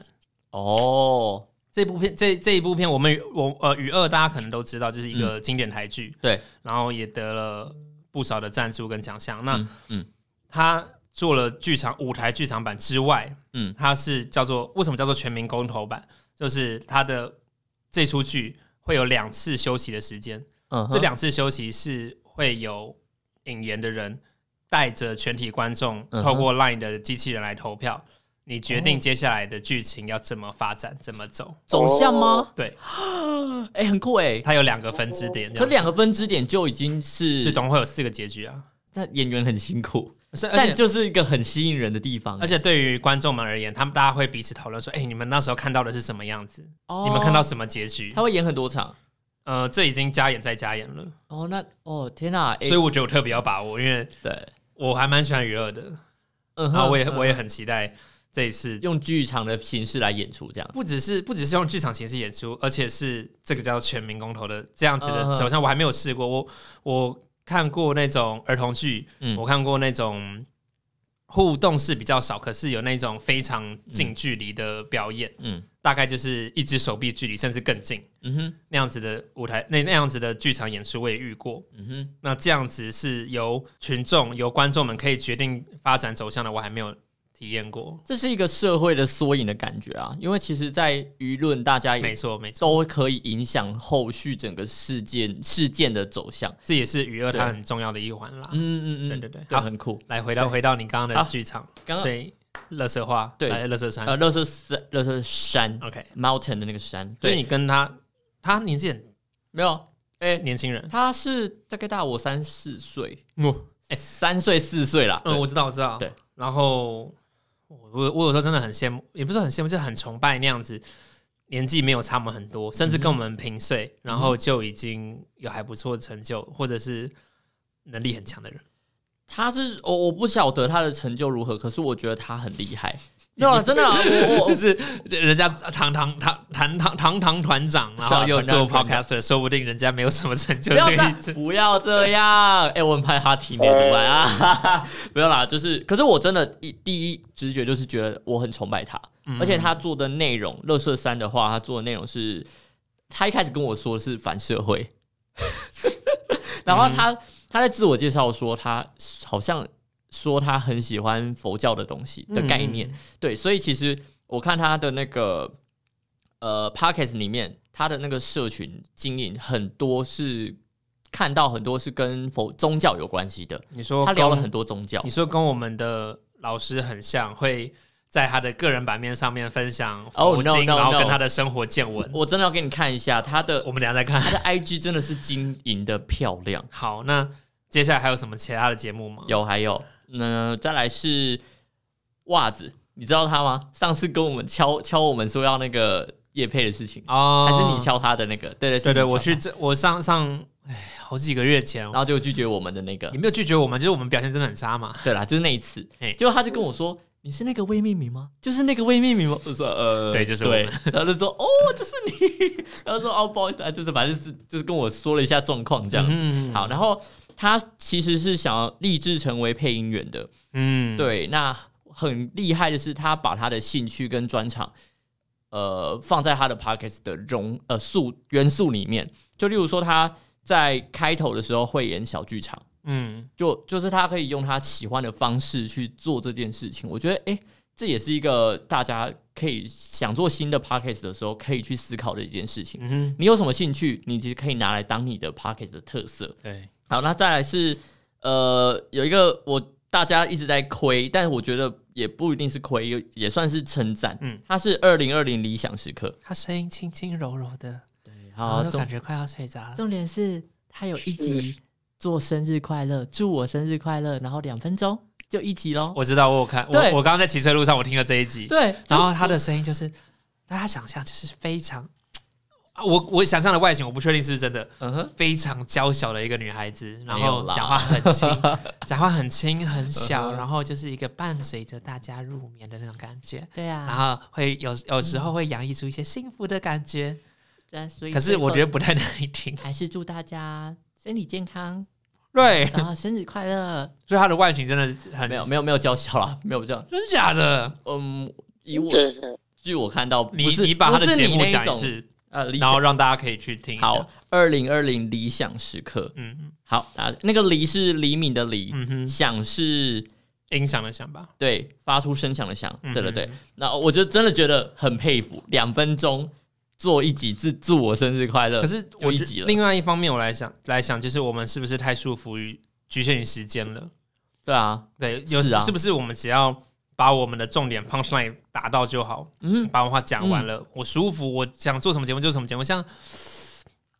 C: 哦，
A: 这部片，这这一部片，我们与我呃与恶大家可能都知道，这是一
C: 嗯
A: 个经典台剧，
C: 对，
A: 然后也得了不少的赞助跟奖项。那、
C: 嗯嗯
A: 他做了剧场舞台剧场版之外，
C: 嗯
A: 嗯，他是叫做为什么叫做全民公投版？就是他的这出剧会有两次休息的时间，
C: 嗯哼，
A: 这两次休息是会有引言的人带着全体观众
C: 嗯哼哦
A: 透过 LINE 的机器人来投票，你决定接下来的剧情要怎么发展，怎么走。
C: 走
B: 哦
C: 向吗？
A: 对，
C: 哎，很酷哎。
A: 它有两个分支点，这
C: 可
A: 样
C: 两个分支点就已经是
A: 是，总会有四个结局啊。
C: 那演员很辛苦，
A: 是，而
C: 但
A: 且
C: 就是一个很吸引人的地方。
A: 而且对于观众们而言，他们大家会彼此讨论说：“哎、你们那时候看到的是什么样子？
C: 哦
A: 你们看到什么结局
C: 他会演很多场。？”
A: 呃，这已经加演再加演了，
C: 哦，那哦天哪、欸，
A: 所以我觉得我特别要把握，因为
C: 对，
A: 我还蛮喜欢娱乐的，
C: 嗯
A: 然
C: 哼，
A: 后我也
C: 嗯
A: 我也很期待这一次，
C: 用剧场的形式来演出这样。
A: 不只是不只是用剧场形式演出，而且是这个叫全民公投的这样子
C: 嗯嗯
A: 的走向，我还没有试过。我我看过那种儿童剧，
C: 嗯
A: 我看过那种互动是比较少，可是有那种非常近距离的表演，
C: 嗯
A: 大概就是一只手臂距离，甚至更近
C: 嗯哼
A: 那样子的舞台，那那样子的剧场演出我也遇过。
C: 嗯哼，
A: 那这样子是由群众、由观众们可以决定发展走向的，我还没有体验过。
C: 这是一个社会的缩影的感觉啊，因为其实，在舆论大家
A: 没
C: 也
A: 错，没错，
C: 都可以影响后续整个事件事件的走向。
A: 这也是娱乐
C: 对
A: 它很重要的一环啦。
C: 嗯嗯嗯，
A: 对对对
C: 对
A: 好
C: 很酷。
A: 来，回到回到你刚刚
C: 好
A: 的剧场，
C: 刚刚
A: 所以乐色花，
C: 对
A: 来乐色山
C: 呃，乐色山，乐色山
A: ，OK。
C: ，mountain 的那个山，
A: 所以
C: 对，
A: 你跟他，他年纪很
C: 没有
A: 哎，年轻人，
C: 他是大概大我三四岁，
A: 我
C: 哎三岁四岁啦。
A: 嗯，
C: 嗯对
A: 我知道，我知道。
C: 对，
A: 然后我我我有时候真的很羡慕，也不是很羡慕，就是很崇拜那样子，年纪没有差我们很多，甚至跟我们平岁，
C: 嗯
A: 然后就已经有还不错的成就，或者是能力很强的人。
C: 他是我我不晓得他的成就如何，可是我觉得他很厉 害。没有啊，真的啊， 我我
A: 就是人家堂堂堂堂堂堂堂团长，然后又做
C: 堂堂啊团
A: podcaster，说不定人家没有什么成就，
C: 不要
A: 这
C: 这
A: 个意
C: 样
A: 思。
C: 不要这样！哎、我很怕他听耶，怎么办啊？ 哈哈不要啦，就是，可是我真的一第一直觉就是觉得我很崇拜他，
A: 嗯
C: 而且他做的内容，乐色三的话，他做的内容是，他一开始跟我说是反社会， 然后他、他在自我介绍说他好像说他很喜欢佛教的东西的概念，对，所以其实我看他的那个呃 p o c k e t 里面，他的那个社群经营很多是看到很多是跟佛宗教有关系的，
A: 你说
C: 他聊了
A: 跟
C: 很多宗教
A: 你。说跟我们的老师很像，会在他的个人版面上面分享佛
C: Oh, no,
A: 经
C: no,
A: 然后跟
C: no.
A: 他的生活见闻。
C: 我真的要给你看一下他的
A: 我们俩再看。
C: 他的 IG 真的是经营的漂亮，
A: 好，那接下来还有什么其他的节目吗？
C: 有还有，嗯、再来是袜子，你知道他吗？上次跟我们敲敲我们说要那个叶配的事情，
A: 哦，
C: 还是你？敲他的那个？对对是
A: 对对，
C: 你敲
A: 我去
C: 他，
A: 这，我上上，哎，好几个月前
C: 然，后就拒绝我们的那个
A: 你，没有拒绝我们，就是我们表现真的很差嘛。
C: 对啦，就是那一次
A: 嘿，
C: 结果他就跟我说。你是那个未命名吗？就是那个未命名吗？我说呃，
A: 对就是我
C: 对。然后就说哦，就是你。 然后说哦，不好意思啊，就是反正是就是跟我说了一下状况这样子。
A: 嗯
C: 好，，然后他其实是想要立志成为配音员的，
A: 嗯，
C: 对。那很厉害的是，他把他的兴趣跟专长，呃，放在他的 podcast 的容呃素元素里面。就例如说，他在开头的时候会演小剧场，
A: 嗯，
C: 就就是他可以用他喜欢的方式去做这件事情。我觉得，诶，这也是一个大家可以想做新的 podcast 的时候可以去思考的一件事情。
A: 嗯哼，
C: 你有什么兴趣，你其实可以拿来当你的 podcast 的特色。
A: 对，
C: 好，那再来是呃，有一个我大家一直在亏，但我觉得也不一定是亏，也也算是称赞。
A: 嗯
C: 嗯，它是二零二零理想时刻。
A: 他声音轻轻柔柔的，然
C: 好
A: 后，就
C: 重
A: 感觉快要睡着了。
C: 重点是它有一集做生日快乐，祝我生日快乐，然后两分钟就一集喽。
A: 我知道，我有看，我
C: 对
A: 我刚刚在骑车路上，我听了这一集，
C: 对，
A: 然后
C: 就是
A: 他的声音就是，大家想象就是非常，啊我我想象的外形，我不确定是不是真的，
C: 嗯哼，
A: 非常娇小的一个女孩子，然
C: 没有
A: 后
C: 啦
A: 讲话很 轻，讲话很轻很小，
C: 嗯哼
A: 然后就是一个伴随着大家入眠的那种感觉，
C: 对
A: 然
C: 啊。
A: 后会有有时候会洋溢出一些幸福的感觉，
C: 但所以
A: 可是
C: 最后
A: 我觉得不太能听。
C: 还是祝大家身体健康，
A: 对，
C: 然后生日 快乐。
A: 所以她的外形真的很
C: 没有没有没有叫嚣啦，没有这样。
A: 真的假的？
C: 嗯，以我
B: 真的
C: 据我看到，
A: 你
C: 不是
A: 你把她
C: 不
A: 的
C: 是
A: 节
C: 你
A: 目
C: 那
A: 讲一
C: 种
A: 次，
C: 呃，理
A: 然后
C: 想
A: 让大家可以去听一下。
C: 好，二零二零理想时刻，
A: 嗯，
C: 好啊，那个黎是黎明的黎，
A: 嗯哼
C: 想是
A: 音响的想吧。
C: 对发出声响的响，
A: 嗯哼
C: 对对对。那我就真的觉得很佩服，两分钟做一集自祝我生日快乐，
A: 可是
C: 就
A: 我
C: 一
A: 觉
C: 集了，
A: 另外一方面，我来想来想，就是我们是不是太束缚于局限于时间了？
C: 对啊，
A: 对，有
C: 是啊
A: 不是我们只要把我们的重点 punch line 达到就好，
C: 嗯，
A: 把我话讲完了，我舒服，我想做什么节目就什么节目，像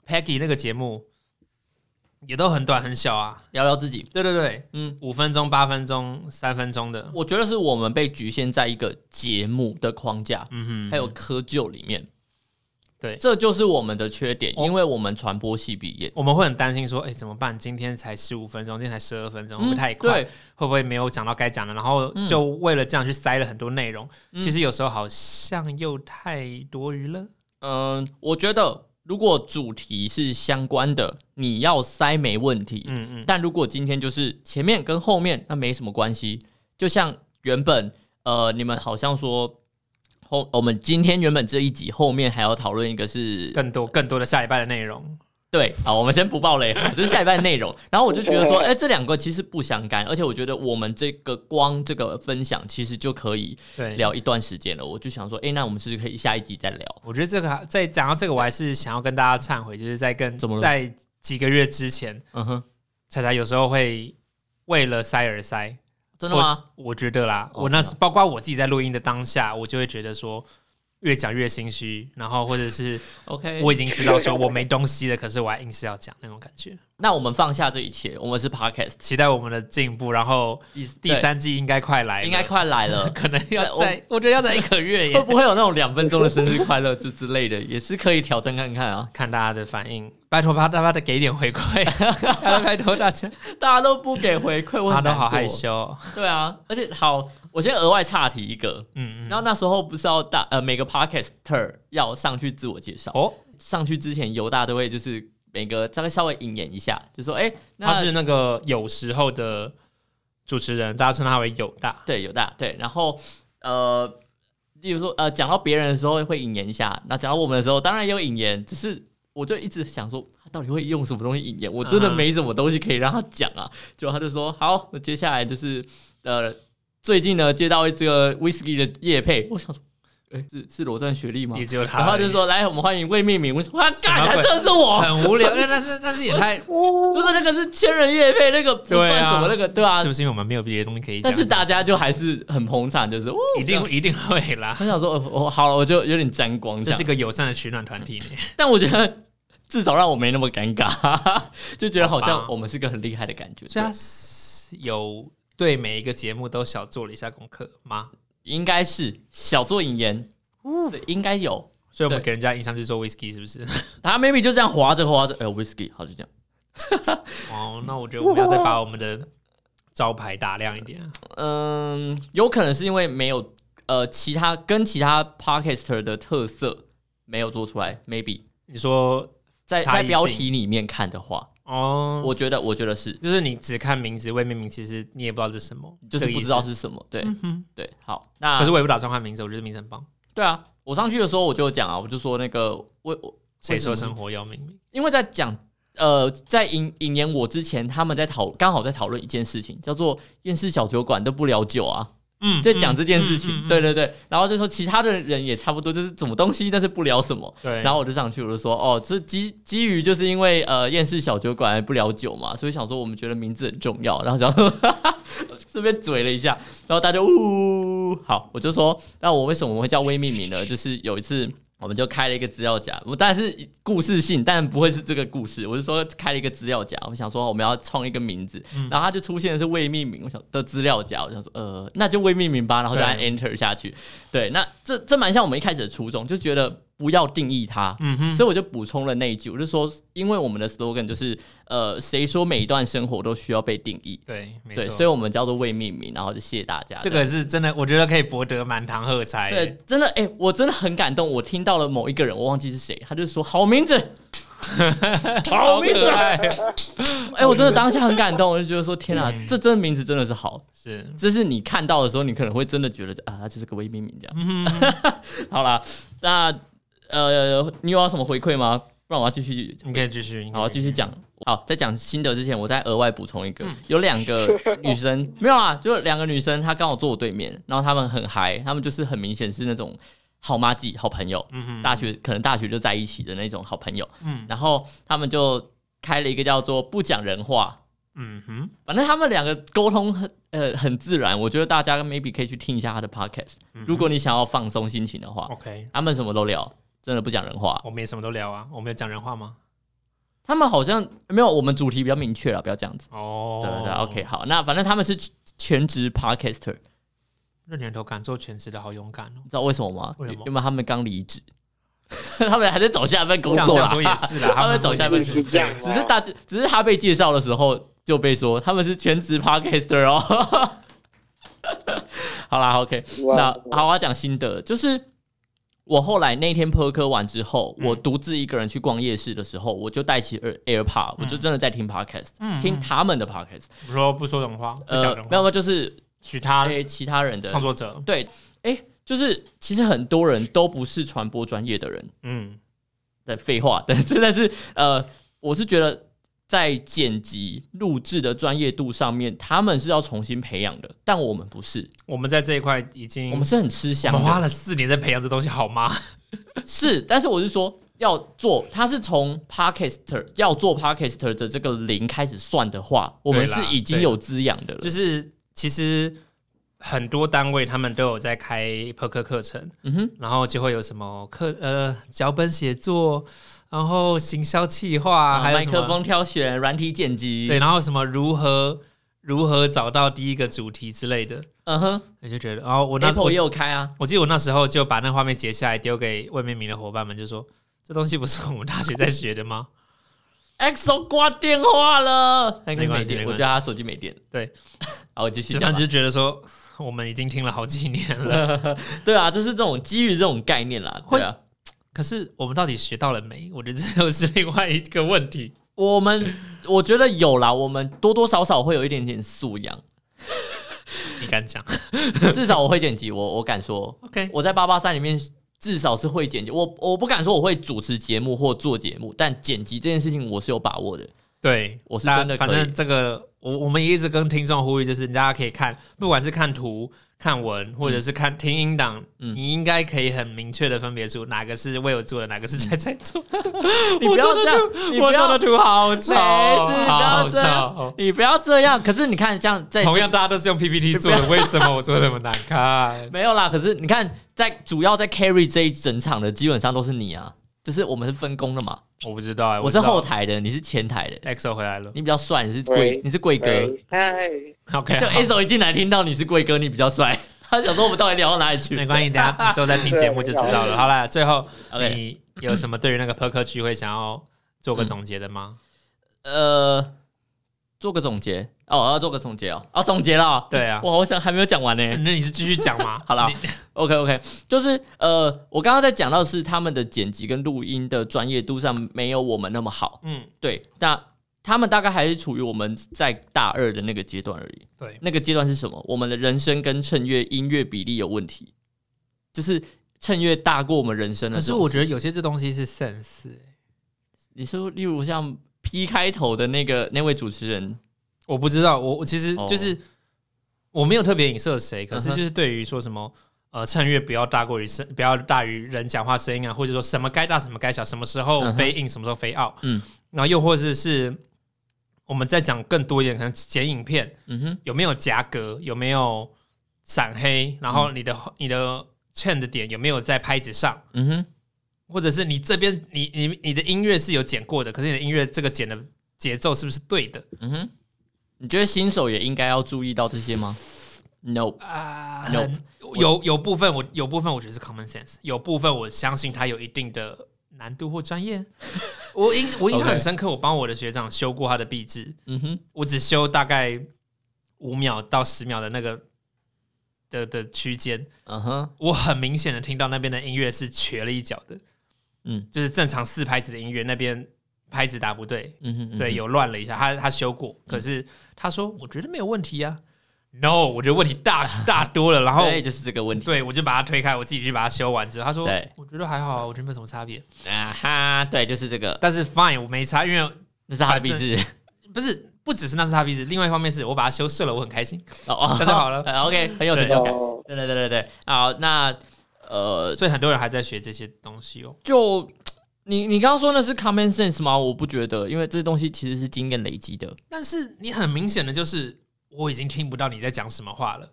A: Peggy 那个节目也都很短很小啊。
C: 聊聊自己，
A: 对对对，
C: 嗯，
A: 五分钟、八分钟、三分钟的，
C: 我觉得是我们被局限在一个节目的框架，
A: 嗯哼，
C: 还有窠臼里面，
A: 对
C: 这就是我们的缺点，
A: 哦
C: 因为我们传播系毕业。
A: 我们会很担心说，哎、怎么办？今天才十五分钟，今天才十二分钟，会不会
C: 嗯
A: 太快？
C: 对
A: 会不会没有讲到该讲的？然后
C: 嗯
A: 就为了这样去塞了很多内容，
C: 嗯
A: 其实有时候好像又太多余了。
C: 嗯，我觉得如果主题是相关的，你要塞没问题。
A: 嗯嗯，
C: 但如果今天就是前面跟后面，那没什么关系。就像原本呃，你们好像说后我们今天原本这一集后面还要讨论一个是
A: 更多更多的下一半的内容，
C: 对，好，我们先不爆雷， 这是下一半的内容。然后我就觉得 说，哎、这两个其实不相干，而且我觉得我们这个光这个分享其实就可以
A: 对，
C: 聊一段时间了。我就想说，哎、那我们是不是可以下一集再聊？
A: 我觉得这个还在讲到这个，我还是想要跟大家忏悔，就是在跟
C: 怎么了
A: 在几个月之前，
C: 嗯哼，
A: 彩彩有时候会为了塞而塞。
C: 真的吗？
A: 我觉得啦，
C: 哦
A: 我那
C: 真
A: 是包括我自己在录音的当下，我就会觉得说，越讲越心虚，然后或者 是
C: OK，
A: 我已经知道说我没东西了，可是我还硬是要讲那种感觉。
C: 那我们放下这一切，我们是 Podcast
A: 期待我们的进步，然后
C: 第
A: 第，三季应该快来了，。
C: 对应该快来了
A: 可能要
C: 我
A: 在，我觉得要在一个月
C: 会
A: 耶，
C: 不会有那种两分钟的生日快乐就之类的，也是可以挑战看看啊！
A: 看大家的反应，拜托吧，大家的给一点回 馈，拜托 大家，
C: 大家都不给回馈，我
A: 大家
C: 很
A: 都
C: 难
A: 好
C: 过
A: 害。羞哦，
C: 对啊，而且好，我先额外岔题一个。
A: 嗯嗯，
C: 然后那时候不是要大呃每个 podcaster 要上去自我介绍，
A: 哦，
C: 上去之前犹大都会就是每个大概稍微引言一下，就说哎、那
A: 他是那个有时候的主持人，大家称他为友大，
C: 对犹大对，然后呃，例如说呃讲到别人的时候会引言一下，那讲到我们的时候当然也有引言，只是我就一直想说他到底会用什么东西引言，我真的
A: 嗯
C: 没什么东西可以让他讲啊，结果他就说好，我接下来就是呃最近呢接到这个 whisky 的业配，我想说。哎，是是裸钻学历吗？
A: 也只有他而已，
C: 然后就说：“来，我们欢迎未命名。”我说：“啊，
A: 么
C: 干，
A: 鬼
C: 这是 我，
A: 很无聊，但但是但是也太，
C: 不是那个是千人夜配，那个不算
A: 对啊
C: 什么，那个对啊
A: 是。不是因为我们没有别的东西可以讲？
C: 但是大家就还是很捧场，就是哦，
A: 一
C: 这
A: 定
C: 样
A: 一定会啦，
C: 他想说，哦，哦好了，我就有点沾光 这
A: 这是
C: 样。
A: 个友善的取暖团体呢。
C: 但我觉得 至少让我没那么尴尬，就觉得好
A: 好
C: 像
A: 吧
C: 我们是个很厉害的感觉。
A: 所以他
C: 对
A: 是有对每一个节目都小做了一下功课吗？
C: 应该是小作引言，对应该有。
A: 所以我们
C: 对
A: 给人家印象是做 whisky 是不是？
C: 他 maybe 就这样滑着滑着，哎，whisky，好就这样。
A: 哦，那我觉得我们要再把我们的招牌打亮一点啊。
C: 嗯，有可能是因为没有呃其他跟其他 podcaster 的特色没有做出来，maybe
A: 你说
C: 在
A: 差异
C: 在
A: 性
C: 标题里面看的话，
A: 哦，
C: 我觉得我觉得是
A: 就是你只看名字未命名，其实你也不知道这是什么，
C: 就是
A: 这个
C: 不
A: 意思
C: 知道。是什么，对、
A: 嗯
C: 对，好，
A: 哼，可是
C: 那
A: 我也不打算换名字，我觉得名字很棒。
C: 对啊，我上去的时候我就有讲啊，我就说那个我我
A: 谁说
C: 为什么
A: 生活要命名？
C: 因为在讲呃，在引引言我之前，他们在讨刚好在讨论一件事情，叫做厌世小酒馆都不聊酒啊，
A: 嗯
C: 在讲这件事情，
A: 嗯嗯嗯
C: 对对对，然后就说其他的人也差不多，就是什么东西，但是不聊什么。
A: 嗯对，
C: 然后我就上去，我就说哦，这基基于就是因为呃厌世小酒馆不聊酒嘛，所以想说我们觉得名字很重要，然后想说 这边嘴了一下，然后大家呜，好，我就说那我为什么会叫微命名呢？就是有一次。我们就开了一个资料夹，我当然是故事性，但不会是这个故事。我是说开了一个资料夹，我想说我们要创一个名字，
A: 嗯
C: 然后它就出现的是未命名，我想的资料夹，我想说呃，那就未命名吧，然后就按
A: 对
C: Enter 下去。对，那这这蛮像我们一开始的初衷，就觉得不要定义它，
A: 嗯哼，
C: 所以我就补充了那一句，我就说，因为我们的 slogan 就是，呃，谁说每一段生活都需要被定义？
A: 对，没
C: 对，
A: 错。
C: 所以我们叫做未命名，然后就谢谢大家。
A: 这个是真的，我觉得可以博得满堂喝彩。
C: 对，真的，哎、我真的很感动。我听到了某一个人，我忘记是谁，他就说好名字，好
A: 好
C: 名字
A: 可。爱，
C: 哎、我真的当下很感动，我就觉得说，天啊，
A: 嗯
C: 这真的名字真的是好。
A: 是，
C: 这是你看到的时候，你可能会真的觉得啊，他就是个未命名这样。
A: 嗯哼。
C: 好啦，那呃，你有要什么回馈吗？不然我要继续
A: 你可以继续，你可以
C: 好，继续讲。好，在讲心得之前，我再额外补充一
A: 嗯
C: 个，有两个 女生没有啊，就两个女生，她刚好坐我对面，然后她们很嗨，她们就是很明显是那种好妈鸡、好朋友，
A: 嗯哼，
C: 大学可能大学就在一起的那种好朋友。
A: 嗯
C: 然后她们就开了一个叫做“不讲人话
A: 嗯哼，”，
C: 反正她们两个沟通很呃很自然，我觉得大家 maybe 可以去听一下她的 podcast，、
A: 嗯哼哦
C: 如果你想要放松心情的话，
A: OK，
C: 她们什么都聊，真的不讲人话。
A: 我们也什么都聊啊，我们有讲人话吗？
C: 她们好像没有我们主题比较明确了，不要这样子。
A: 哦，
C: 对对对，OK，好，那反正他们是全职 podcaster，你
A: 这年头敢做全职的好勇敢哦。
C: 知道为什么吗？
A: 为什么
C: 因为他们刚离职， 他们还在找下一份工
A: 这样
C: 作
A: 讲
C: 啦。
A: 说也是 啦，
C: 他们
A: 说
C: 走下
A: 也
C: 半
B: 是
A: 是
B: 是这样吗，
C: 只是大，只是他被介绍的时候就被说他们是全职 podcaster 哦。 好啦，OK，
B: 哇
C: 那好，我要讲心得，就是我后来那天 p 科完之后，我
A: 嗯
C: 独自一个人去逛夜市的时候，我就带起耳 AirPod，我就真的在听 podcast，、
A: 嗯
C: 听他们的 podcast，、
A: 不说不说人话，不
C: 呃
A: 讲，人
C: 没有没哎呃
A: 话，
C: 有，就是
A: 许他
C: 对其他人的
A: 创作者，
C: 对，哎、就是其实很多人都不是传播专业的人
A: 嗯，
C: 的废话，但真的是呃，我是觉得在剪辑录制的专业度上面，他们是要重新培养的，但我们不是，
A: 我们在这一块已经，
C: 我们是很吃
A: 我
C: 香
A: 们花
C: 的，
A: 了四年在培养这东西，好 吗？
C: 是，但是我是说。要做，他是从 podcaster 要做 podcaster 的这个零开始算的话，我们
A: 对
C: 是
A: 啦
C: 已经
A: 对
C: 有滋养的了。
A: 就是其实很多单位他们都有在开 Perk 课程，
C: 嗯哼，
A: 然后就会有什么课呃脚本写作，然后行销企划，啊还有
C: 啊麦
A: 什
C: 克
A: 么
C: 风挑选、软体剪辑，
A: 对，，然后什么如何如何找到第一个主题之类的，
C: 嗯哼
A: 我就觉得，然后我那时候
C: ，Apple 也有开啊，
A: 我记得我那时候就把那画面截下来丢给未命名的伙伴们，就说这东西不是我们大学在学的吗？
C: EXO 挂电话了，他应该
A: 没关系
C: 电
A: 没
C: 我
A: 关
C: 觉
A: 系
C: 得他手机没电。
A: 对，
C: 好，我继
A: 这
C: 续讲
A: 样
C: 吧。
A: 就觉得说我们已经听了好几年了，
C: 对啊，就是这种基于这种概念啦。
A: 会
C: 对啊，
A: 可是我们到底学到了没？我觉得这又是另外一个问题。
C: 我们我觉得有啦，我们多多少少会有一点点素养，
A: 你敢讲
C: 至少我会剪辑，我我敢说，
A: ？OK，
C: 我在八八三里面至少是会剪辑。我我不敢说我会主持节目或做节目，但剪辑这件事情我是有把握的。
A: 对，
C: 我是
A: 大家
C: 真的可以
A: 反正这个我我们也一直跟听众呼吁，就是大家可以看，不管是看图、看文，或者是看、听音档，
C: 嗯
A: 你应该可以很明确的分别出哪个是 为我做的，哪个是在在做。
C: 你不要这样，你不
A: 我做的
C: 要。
A: 图好丑，
C: 没事，不要
A: 好
C: 这样
A: 丑，。
C: 你不要这样。可是你看，像在
A: 同样，大家都是用 PPT 做的，为什么我做的那么难看？
C: 没有啦，可是你看，在主要在 carry 这一整场的，基本上都是你啊，就是我们是分工的嘛。
A: 我不知道哎，
C: 我是后台的，你是前台的，
A: EXO 回来了
C: 你比较帅，你是
B: 喂
C: 贵，你是贵哥。
B: 喂哎嗨，
A: ，OK，
C: 就
A: 好
C: A 手一进来听到你是贵哥，你比较帅， 他想说我们到底聊到哪里 去？
A: 没关系，等一下之后再听节目就知道 了。好啦，最后
C: OK
A: 你有什么对于那个 Perk 聚会想要做个总结的吗？
C: 呃，做个总结哦，我要做个总结哦，啊，总结了哦，
A: 对啊
C: 哇，我想还没有讲完呢。
A: 那你就继续讲 嘛。
C: 好啦
A: 你
C: OK OK，就是呃，我刚刚在讲到是他们的剪辑跟录音的专业度上没有我们那么好，
A: 嗯，
C: 对，那他们大概还是处于我们在大二的那个阶段而已。
A: 对，
C: 那个阶段是什么？我们的人声跟衬乐音乐比例有问题，就是衬乐大过我们人声的
A: 可
C: 这
A: 是
C: 种事情。
A: 我觉得有些这东西是 sense，欸
C: 你说，例如像 P 开头的那个那位主持人，
A: 我不知道，我我其实
C: 哦
A: 就是我没有特别影射谁，可是
C: 嗯
A: 就
C: 哼
A: 是对于说什么。呃，趁月不要大过于声，不要大于人讲话声音啊，或者说什么该大什么该小，什么时候
C: 嗯哼
A: 飞 in，、什么时候飞 out，
C: 嗯
A: 然后又或者是我们再讲更多一点，可能剪影片
C: 嗯哼，
A: 有没有夹格，有没有闪黑，然后你的、你的 chain 的点有没有在拍子上，
C: 嗯哼，
A: 或者是你这边你你你的音乐是有剪过的，可是你的音乐这个剪的节奏是不是对的
C: 嗯哼，你觉得新手也应该要注意到这些吗？No，
A: 啊
C: Nope
A: 有有部分我有部分我觉得是 common sense，有部分我相信它有一定的难度或专业。我印我印象
C: OK
A: 很深刻，我帮我的学长修过他的壁纸，
C: 嗯哼，
A: 我只修大概五秒到十秒的那个的的区间，
C: 嗯哼，
A: 我很明显的听到那边的音乐是瘸了一脚的，
C: 嗯
A: 就是正常四拍子的音乐那边拍子打不对，
C: 嗯哼，嗯嗯哼
A: 对，，有乱了一下，他他修过，可是他说我觉得没有问题呀、No，我觉得问题大大多了，然后
C: 对，就是这个问题
A: 对我就把它推开，我自己去把它修完之后，他说
C: 对
A: 我觉得还好啊，我觉得没有什么差别。
C: 啊哈，对，就是这个，
A: 但是 Fine，我没差，因为
C: 那是他的鼻子，
A: 不是不只是那是他鼻子，另外一方面是我把它修射了，我很开心。
C: 哦哦
A: 这就好了
C: 呃，OK，很有成就感，
B: 哦，
C: 对对对对对，好，那呃，
A: 所以很多人还在学这些东西哦。
C: 就你你刚刚说那是 common sense 吗？我不觉得，因为这东西其实是经验累积的，
A: 但是你很明显的就是我已经听不到你在讲什么话了。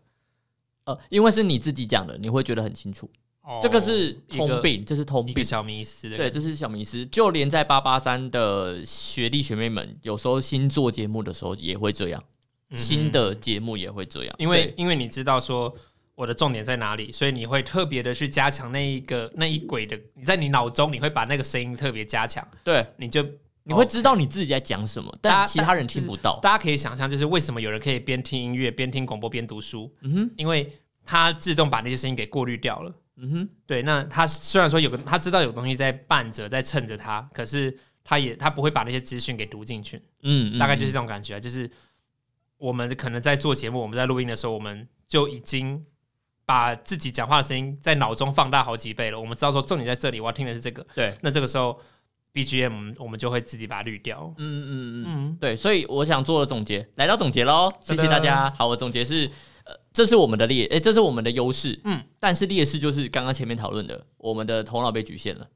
C: 呃，因为是你自己讲的，你会觉得很清楚。
A: 哦
C: 这个是
A: 一个
C: 通病，这是通
A: 一
C: 病
A: 个。小迷思的
C: 对，
A: 感觉。
C: 这是小迷思。就连在八八三的学弟学妹们，有时候新做节目的时候也会这样，
A: 嗯哼
C: 新的节目也会这样。
A: 因为
C: 对
A: 因为你知道说我的重点在哪里，所以你会特别的去加强那一个那一轨的，你在你脑中你会把那个声音特别加强，
C: 对，
A: 你就
C: 你会知道你自己在讲什么，
A: 哦大家
C: 但其他人听不到。
A: 大家可以想象，就是为什么有人可以边听音乐边听广播边读书，
C: 嗯哼，
A: 因为他自动把那些声音给过滤掉了。
C: 嗯哼，
A: 对，那他虽然说有个他知道有东西在伴着在衬着他，可是他也他不会把那些资讯给读进去，
C: 嗯，嗯
A: 大概就是这种感觉啊，就是我们可能在做节目，我们在录音的时候，我们就已经把自己讲话的声音在脑中放大好几倍了。我们知道说重点在这里，我要听的是这个。
C: 对，
A: 那这个时候 BGM 我们就会自己把它滤掉。
C: 嗯嗯嗯嗯，
A: 嗯，
C: 对。所以我想做的总结，来到总结喽，谢谢大家。好，我总结是。呃，这是我们的劣，诶，这是我们的优势，
A: 嗯，
C: 但是劣势就是刚刚前面讨论的，我们的头脑被局限了。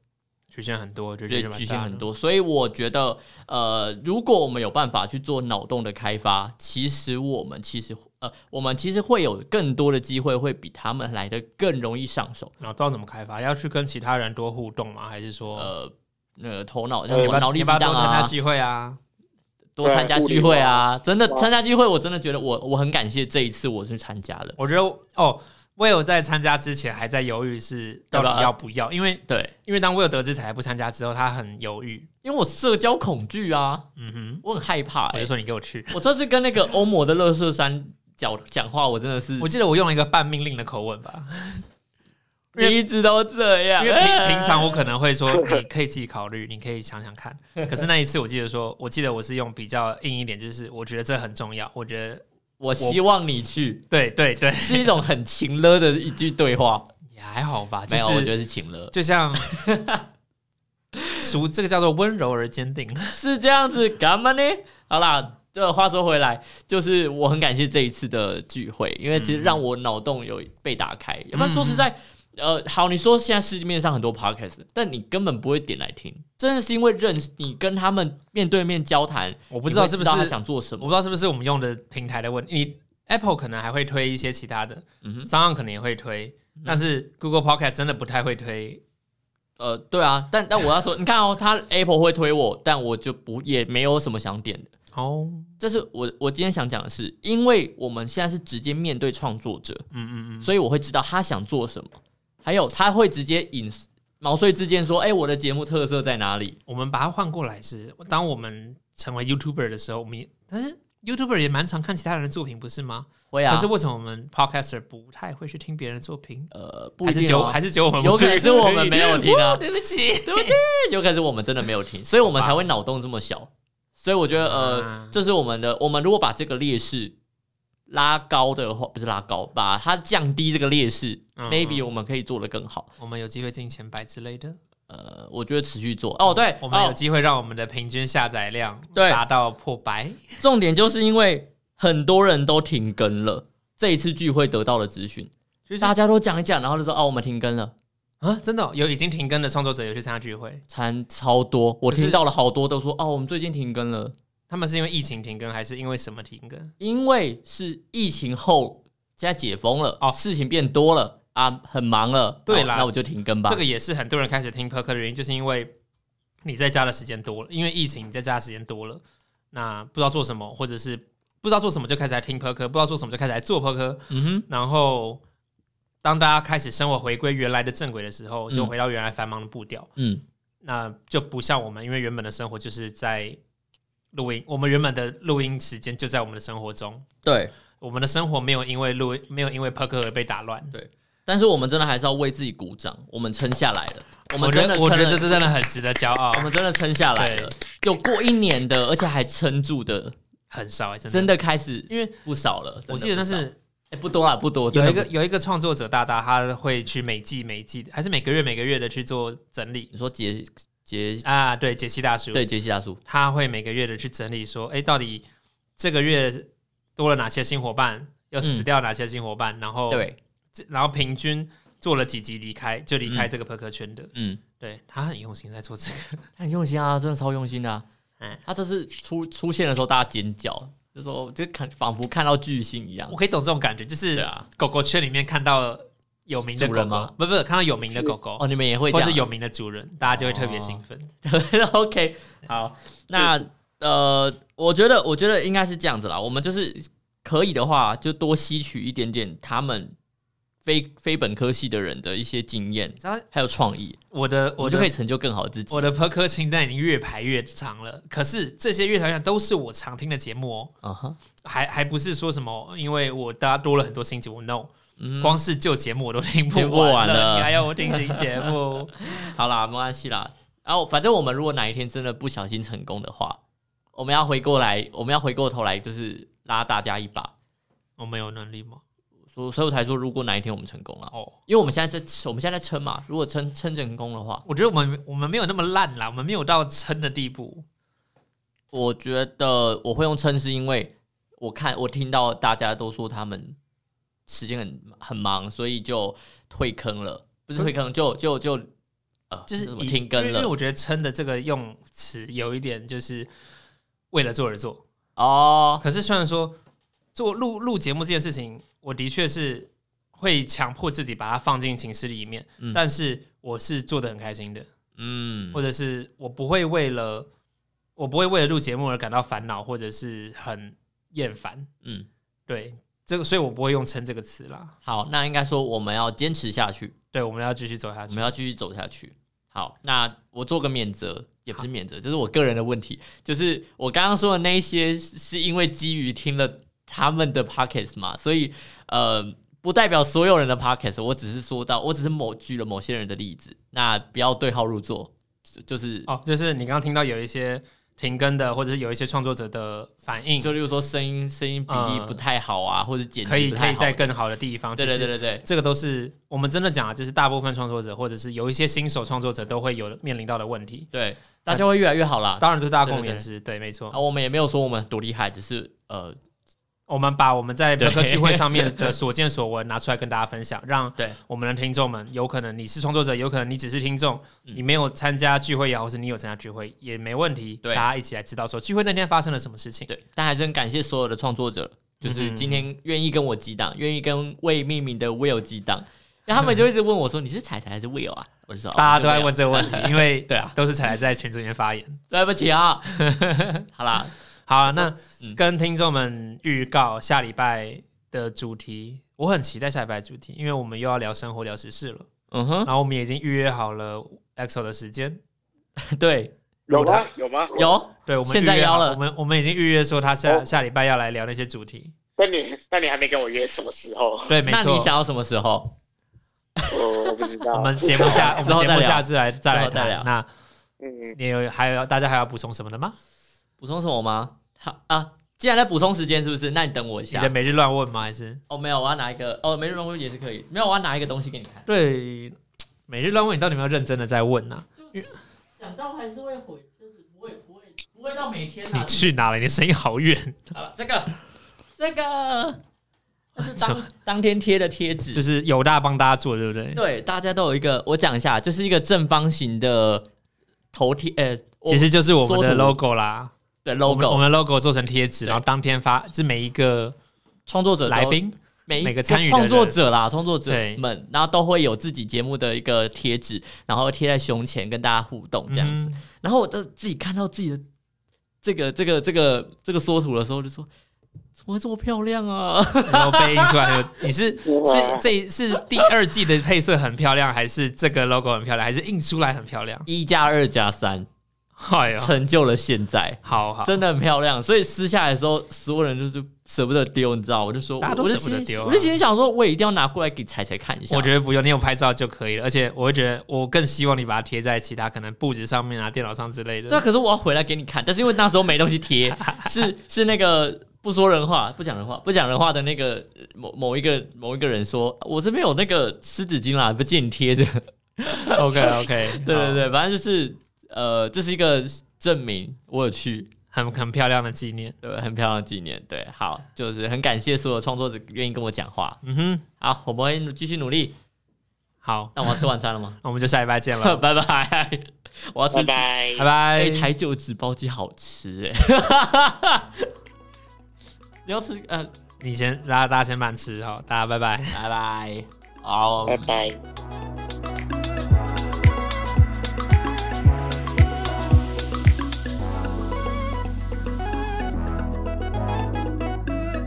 A: 局限很多，我觉得
C: 觉
A: 局
C: 得
A: 限蛮
C: 局限
A: 大
C: 很
A: 的。
C: 多，所以我觉得，呃，如果我们有办法去做脑洞的开发，其实我们其实呃，我们其实会有更多的机会，会比他们来的更容易上手。
A: 脑洞怎么开发？要去跟其他人多互动吗？还是说，
C: 呃，那个头脑像
B: 呃
A: 你要不
C: 我
A: 要
C: 脑力
A: 你
C: 激
A: 要不要
C: 荡
A: 多参加
C: 啊，
A: 聚会啊？
C: 多参加
B: 对
C: 聚会啊，真的
B: 哇
C: 参加聚会，我真的觉得我我很感谢这一次我是参加了，
A: 我觉得哦，Will 在参加之前还在犹豫是到
C: 要不
A: 底
C: 要
A: 要不要，因为
C: 对，
A: 因为当 Will 得知才不参加之后，他很犹豫。
C: 因为我社交恐惧啊，
A: 嗯哼，
C: 我很害怕、
A: 我
C: 欸
A: 就，说你给我去。
C: 我这次跟那个欧魔的乐色山讲讲话，我真的是
A: 我记得我用了一个半命令的口吻 吧，因为
C: 一直都这样，
A: 因为平平常我可能会说你可以自己考虑，你可以想想看。可是那一次我记得说，我记得我是用比较硬一点，就是我觉得这很重要，我觉得
C: 我希望你去，
A: 对对 对，
C: 是一种很情勒的一句对话。
A: 也还好吧，啊就
C: 没有，啊我觉
A: 是
C: 得是情勒，
A: 就 像俗这个叫做温柔而坚定。
C: 是这样子干嘛呢？好啦，这话说回来，就是我很感谢这一次的聚会，因为其实让我脑洞有被打开。要不然说实
A: 嗯
C: 在，呃，好，你说现在市面上很多 podcast，但你根本不会点来听，真的是因为认识你跟他们面对面交谈，
A: 我
C: 我
A: 不知道是不是
C: 他想做什
A: 我
C: 么
A: 不。知道是不是我们用的平台的问题。你 Apple 可能还会推一些其他的，
C: 嗯哼嗯
A: 商岸可能也会推，但是 Google Podcast 真的不太会推。
C: 呃，对啊，但但我要说，你看哦，他 Apple 会推我，但我就不也没有什么想点的。
A: 哦，
C: 这是我我今天想讲的是，因为我们现在是直接面对创作者，
A: 嗯嗯嗯，
C: 所以我会知道他想做什么，还有他会直接引毛遂自荐说：“哎、我的节目特色在哪里
A: 我们把它换过来是，当我们成为 YouTuber 的时候，我们也但是 YouTuber 也蛮常看其他人的作品，不是吗？？”
C: 会啊，
A: 可是为什么我们 Podcaster 不太会去听别人的作品？
C: 呃，不一
A: 还是只
C: 定、
A: 有
C: 哦，
A: 还是只有我们不
C: 有可能是我们没有听啊
A: 哦 对不起， 对不起。
C: 有可能是我们真的没有听，所以我们才会脑洞这么小。所以我觉得，呃
A: 啊，
C: 这是我们的，我们如果把这个劣势拉高的话，不是拉高，把它降低这个劣势、
A: 嗯
C: m a y b e 我们可以做得更好。
A: 我们有机会进前百之类的，
C: 呃，我觉得持续做。哦，对，
A: 我们有
C: 哦
A: 机会让我们的平均下载量
C: 对
A: 达到破百。
C: 重点就是因为很多人都停更了，这一次聚会得到了资讯，
A: 就是
C: 大家都讲一讲，然后就说哦，我们停更了，
A: 啊，真的哦、有已经停更的创作者有去参加聚会，
C: 参超多，我
A: 就是
C: 听到了好多都说哦，我们最近停更了，
A: 他们是因为疫情停更，还是因为什么停更？
C: 因为是疫情后现在解封了，
A: 哦
C: 事情变多了啊，很忙了，
A: 对
C: 哦
A: 啦
C: 那我就停更吧。
A: 这个也是很多人开始听播客的原因，就是因为你在家的时间多了，因为疫情你在家的时间多了，那不知道做什么，或者是不知道做什么就开始来听播客，不知道做什么就开始来做播客，
C: 嗯哼，
A: 然后。当大家开始生活回归原来的正轨的时候，
C: 嗯
A: 就回到原来繁忙的步调，
C: 嗯，
A: 那就不像我们，因为原本的生活就是在录音，我们原本的录音时间就在我们的生活中，
C: 对，
A: 我们的生活没有因为录没有因为 Perk 而被打乱。
C: 但是我们真的还是要为自己鼓掌，我们撑下来了，我们
A: 我
C: 真
A: 觉
C: 的
A: 得
C: 撑
A: 我觉得
C: 了
A: 这真的很值得骄傲
C: 我，们真的撑下来了
A: 对，
C: 有过一年的，而且还撑住的，
A: 很少哎、真的。
C: 真的开始
A: 因为
C: 不少了。
A: 我记得
C: 真的
A: 那
C: 不少
A: 是
C: 哎、不多了，不多，
A: 有
C: 真的
A: 一个
C: 不
A: 有一个创作者大大，他会去每季每季的还是每个月每个月的去做整理
C: 你说杰杰
A: 啊，对，解析大叔，
C: 对杰西大叔，
A: 他会每个月的去整理说，哎、到底这个月多了哪些新伙伴，又死掉哪些新伙伴，然后
C: 嗯对，
A: 这，然后平均做了几集离开，就离开这个 Perk 圈的，
C: 嗯，
A: 对他很用心在做这个，
C: 他很用心啊，真的超用心的、啊。
A: 哎
C: 他这次出出现的时候，大家尖叫，就说就看仿佛看到巨星一 样
A: 我。可以懂这种感觉，就是
C: 嗯对啊，
A: 狗狗圈里面看到有名的
C: 主
A: 狗
C: 人
A: 狗
C: 吗
A: 不不，看到有名的狗狗，
C: 哦，你们也会这
A: 或
C: 样哦
A: 是有名的主人，大家就会特别兴奋。
C: OK，好，那呃，我觉得我觉得应该是这样子啦。我们就是可以的话，就多吸取一点点他们非非本科系的人的一些经验
A: 你，知道
C: 还有创意，
A: 我的
C: 我
A: 我
C: 就可以
A: 的
C: 成就更好的自己。
A: 我的 p e r k 清单已经越排越长了，可是这些越排越长都是我常听的节目哦，
C: 啊哈，
A: 还还不是说什么，因为我大家多了很多新节目，no，
C: 嗯，
A: 光是旧节目我都听
C: 听不
A: 不完
C: 完了
A: 你还要我听新节 目？
C: 好啦，没关系啦。然后，反正我们如果哪一天真的不小心成功的话，我们要回过来，我们要回过头来，就是拉大家一把。
A: 我们有能力吗？
C: 所所以我才说，如果哪一天我们成功了，啊
A: 哦，
C: 因为我们现在在我们现在在撑嘛，如果撑撑成功的话，
A: 我觉得我们我们没有那么烂啦，我们没有到撑的地步。
C: 我觉得我会用撑，是因为我看我听到大家都说他们时间很很忙，所以就退坑了，不是退坑，就就就呃，
A: 就是
C: 我
A: 以
C: 停
A: 因
C: 更
A: 为因为
C: 了
A: 我觉得“撑”的这个用词有一点就是为了做而做。
C: 哦，
A: 可是虽然说做录录节目这件事情，我的确是会强迫自己把它放进情诗里面，
C: 嗯
A: 但是我是做的很开心的，
C: 嗯
A: 或者是我不会为了我不会为了录节目而感到烦恼，或者是很厌烦。
C: 嗯，
A: 对，这个所以我不会用“撑”这个词啦。
C: 好，那应该说我们要坚持下去，
A: 对，我们要继续走下
C: 我
A: 去
C: 们。要继续走下去。好，那我做个免责，也不是免责，就是我个人的问题，就是我刚刚说的那一些，是因为基于听了他们的 pockets 嘛，所以呃，不代表所有人的 pockets，我只是说到，我只是某举了某些人的例子，那不要对号入座，就就是
A: 哦，就是你刚刚听到有一些停更的，或者是有一些创作者的反应，
C: 就例如说声音声音比例
A: 嗯
C: 不太好啊，或者剪
A: 可
C: 辑
A: 以
C: 不
A: 可
C: 太
A: 以
C: 好
A: 在更好的地方。
C: 对
A: 其
C: 对
A: 实
C: 对对对，
A: 这个都是我们真的讲啊，就是大部分创作者或者是有一些新手创作者都会有面临到的问题。
C: 对，大家会越来越好啦。
A: 当然，就是大家
C: 对
A: 共
C: 对
A: 勉
C: 对
A: 之，对，没错
C: 啊，。我们也没有说我们多厉害，只是呃，
A: 我们把我们在
C: 对
A: 博客聚会上面的所见所闻拿出来跟大家分享，让
C: 对
A: 我们的听众们，有可能你是创作者，有可能你只是听众，
C: 嗯
A: 你没有参加聚会也好，或是你有参加聚会也没问题，
C: 对
A: 大家一起来知道说聚会那天发生了什么事情。
C: 对，但还是很感谢所有的创作者，就是
A: 嗯
C: 今天愿意跟我激荡，愿意跟未命名的 Will 激荡，然后他们就一直问我说：“你是彩彩还是 Will 啊？”我就说：“
A: 大家都在
C: 我
A: 问
C: 是
A: 这个问题，因为
C: 对啊
A: 都是才来在群组里面发言。
C: Will，对不起啊。” 好啦，
A: 好了，那
C: 嗯
A: 跟听众们预告下礼拜的主题，我很期待下礼拜的主题，因为我们又要聊生活、聊时事了。
C: 嗯哼，
A: 然后我们也已经预约好了 EXO 的时间，
C: 对，
B: 有吗？有吗？，
C: 有
A: 对，我们
C: 现在
A: 预约好
C: 邀了
A: 我们我们已经预约说他下、
B: 哦
A: 下礼拜要来聊那些主题。
B: 那你那你还没跟我约什么时候？
A: 对，没
C: 那你
A: 错。
C: 想要什么时候？
B: 我我不知 道。
A: 我们节目下，我
C: 之
A: 们
C: 后
A: 节
C: 再
A: 目
C: 聊
A: 下次来再
C: 之
A: 来
C: 后再聊
A: 谈。那
B: 嗯，
A: 你有还有大家还要补充什么的吗？
C: 补充什么吗？好啊，既然在补充时间，是不是？那你等我一
A: 你
C: 下
A: 的。每日乱问吗？还是
C: 哦，没有，我要拿一个哦，没日荣誉也是可以。没有，我要拿一个东西给你看。
A: 对每日乱问？你到底有没有认真的在问啊 呢、
C: 想到还是会回，就是不会不会不会到每天啊
A: 你去哪了？你的声音好远，
C: 好了，这个这个这是当 当天贴的贴纸，
A: 就是是有大帮大家做，对不对？
C: 对大家都有一个，我讲一下，就是一个正方形的头贴，呃，我
A: 其实就是我们
C: 缩
A: 的
C: 图
A: logo 啦
C: 的
A: 我们我
C: logo，
A: 们 logo 做成贴纸，
C: 对
A: 然后当天发，是每一个
C: 创作者都
A: 来宾，
C: 每
A: 每
C: 一
A: 个
C: 个
A: 参与的
C: 创作
A: 人
C: 者啦，创作者
A: 对
C: 们，然后都会有自己节目的一个贴纸，然后贴在胸前跟大家互动这样子。
A: 嗯
C: 呃然后我就自己看到自己的这个这个这个这个缩图的时候，就说怎么会这么漂亮啊？？
A: 然后被印出来的。你
B: 嗯
A: 是是
B: 哇
A: 这是第二季的配色很漂亮，还是这个 logo 很漂亮，还是印出来很漂亮
C: 一加二加三，
A: 哎呦，
C: 成就了现在。
A: 好好，
C: 真的很漂亮，所以撕下来的时候，所有人就是舍不得丢，你知道？我就说，
A: 大家都
C: 我就
A: 舍不得
C: 心里
A: 丢啊
C: 我就心里想说，我也一定要拿过来给彩彩看一下。
A: 我觉得不用，你有拍照就可以了。而且我会觉得，我更希望你把它贴在其他可能布置上面啊、电脑上之类
C: 对啊，
A: 的。
C: 可是我要回来给你看，但是因为那时候没东西 贴，是是那个不说人话、不讲人话、不讲人话的那个呃某某一个某一个人说，我这边有那个湿纸巾啦，不借你贴着。
A: OK OK，
C: 对对，对，反正就是呃，这是一个证明，我有去，
A: 很很漂亮的纪念。
C: 对，很漂亮的纪念。对，好，就是很感谢所有创作者愿意跟我讲话。
A: 嗯哼，
C: 好，我们会继续努力。
A: 好，
C: 那我要吃晚餐了吗？
A: 那我们就下礼拜见了，
C: 拜拜，我要吃
B: 拜。拜
A: 拜。拜
C: 哎，。台酒纸包鸡好吃 哎、你要吃呃，
A: 你先，大家大家先慢吃哦，大家拜拜。
C: 拜拜，好，
B: 拜拜。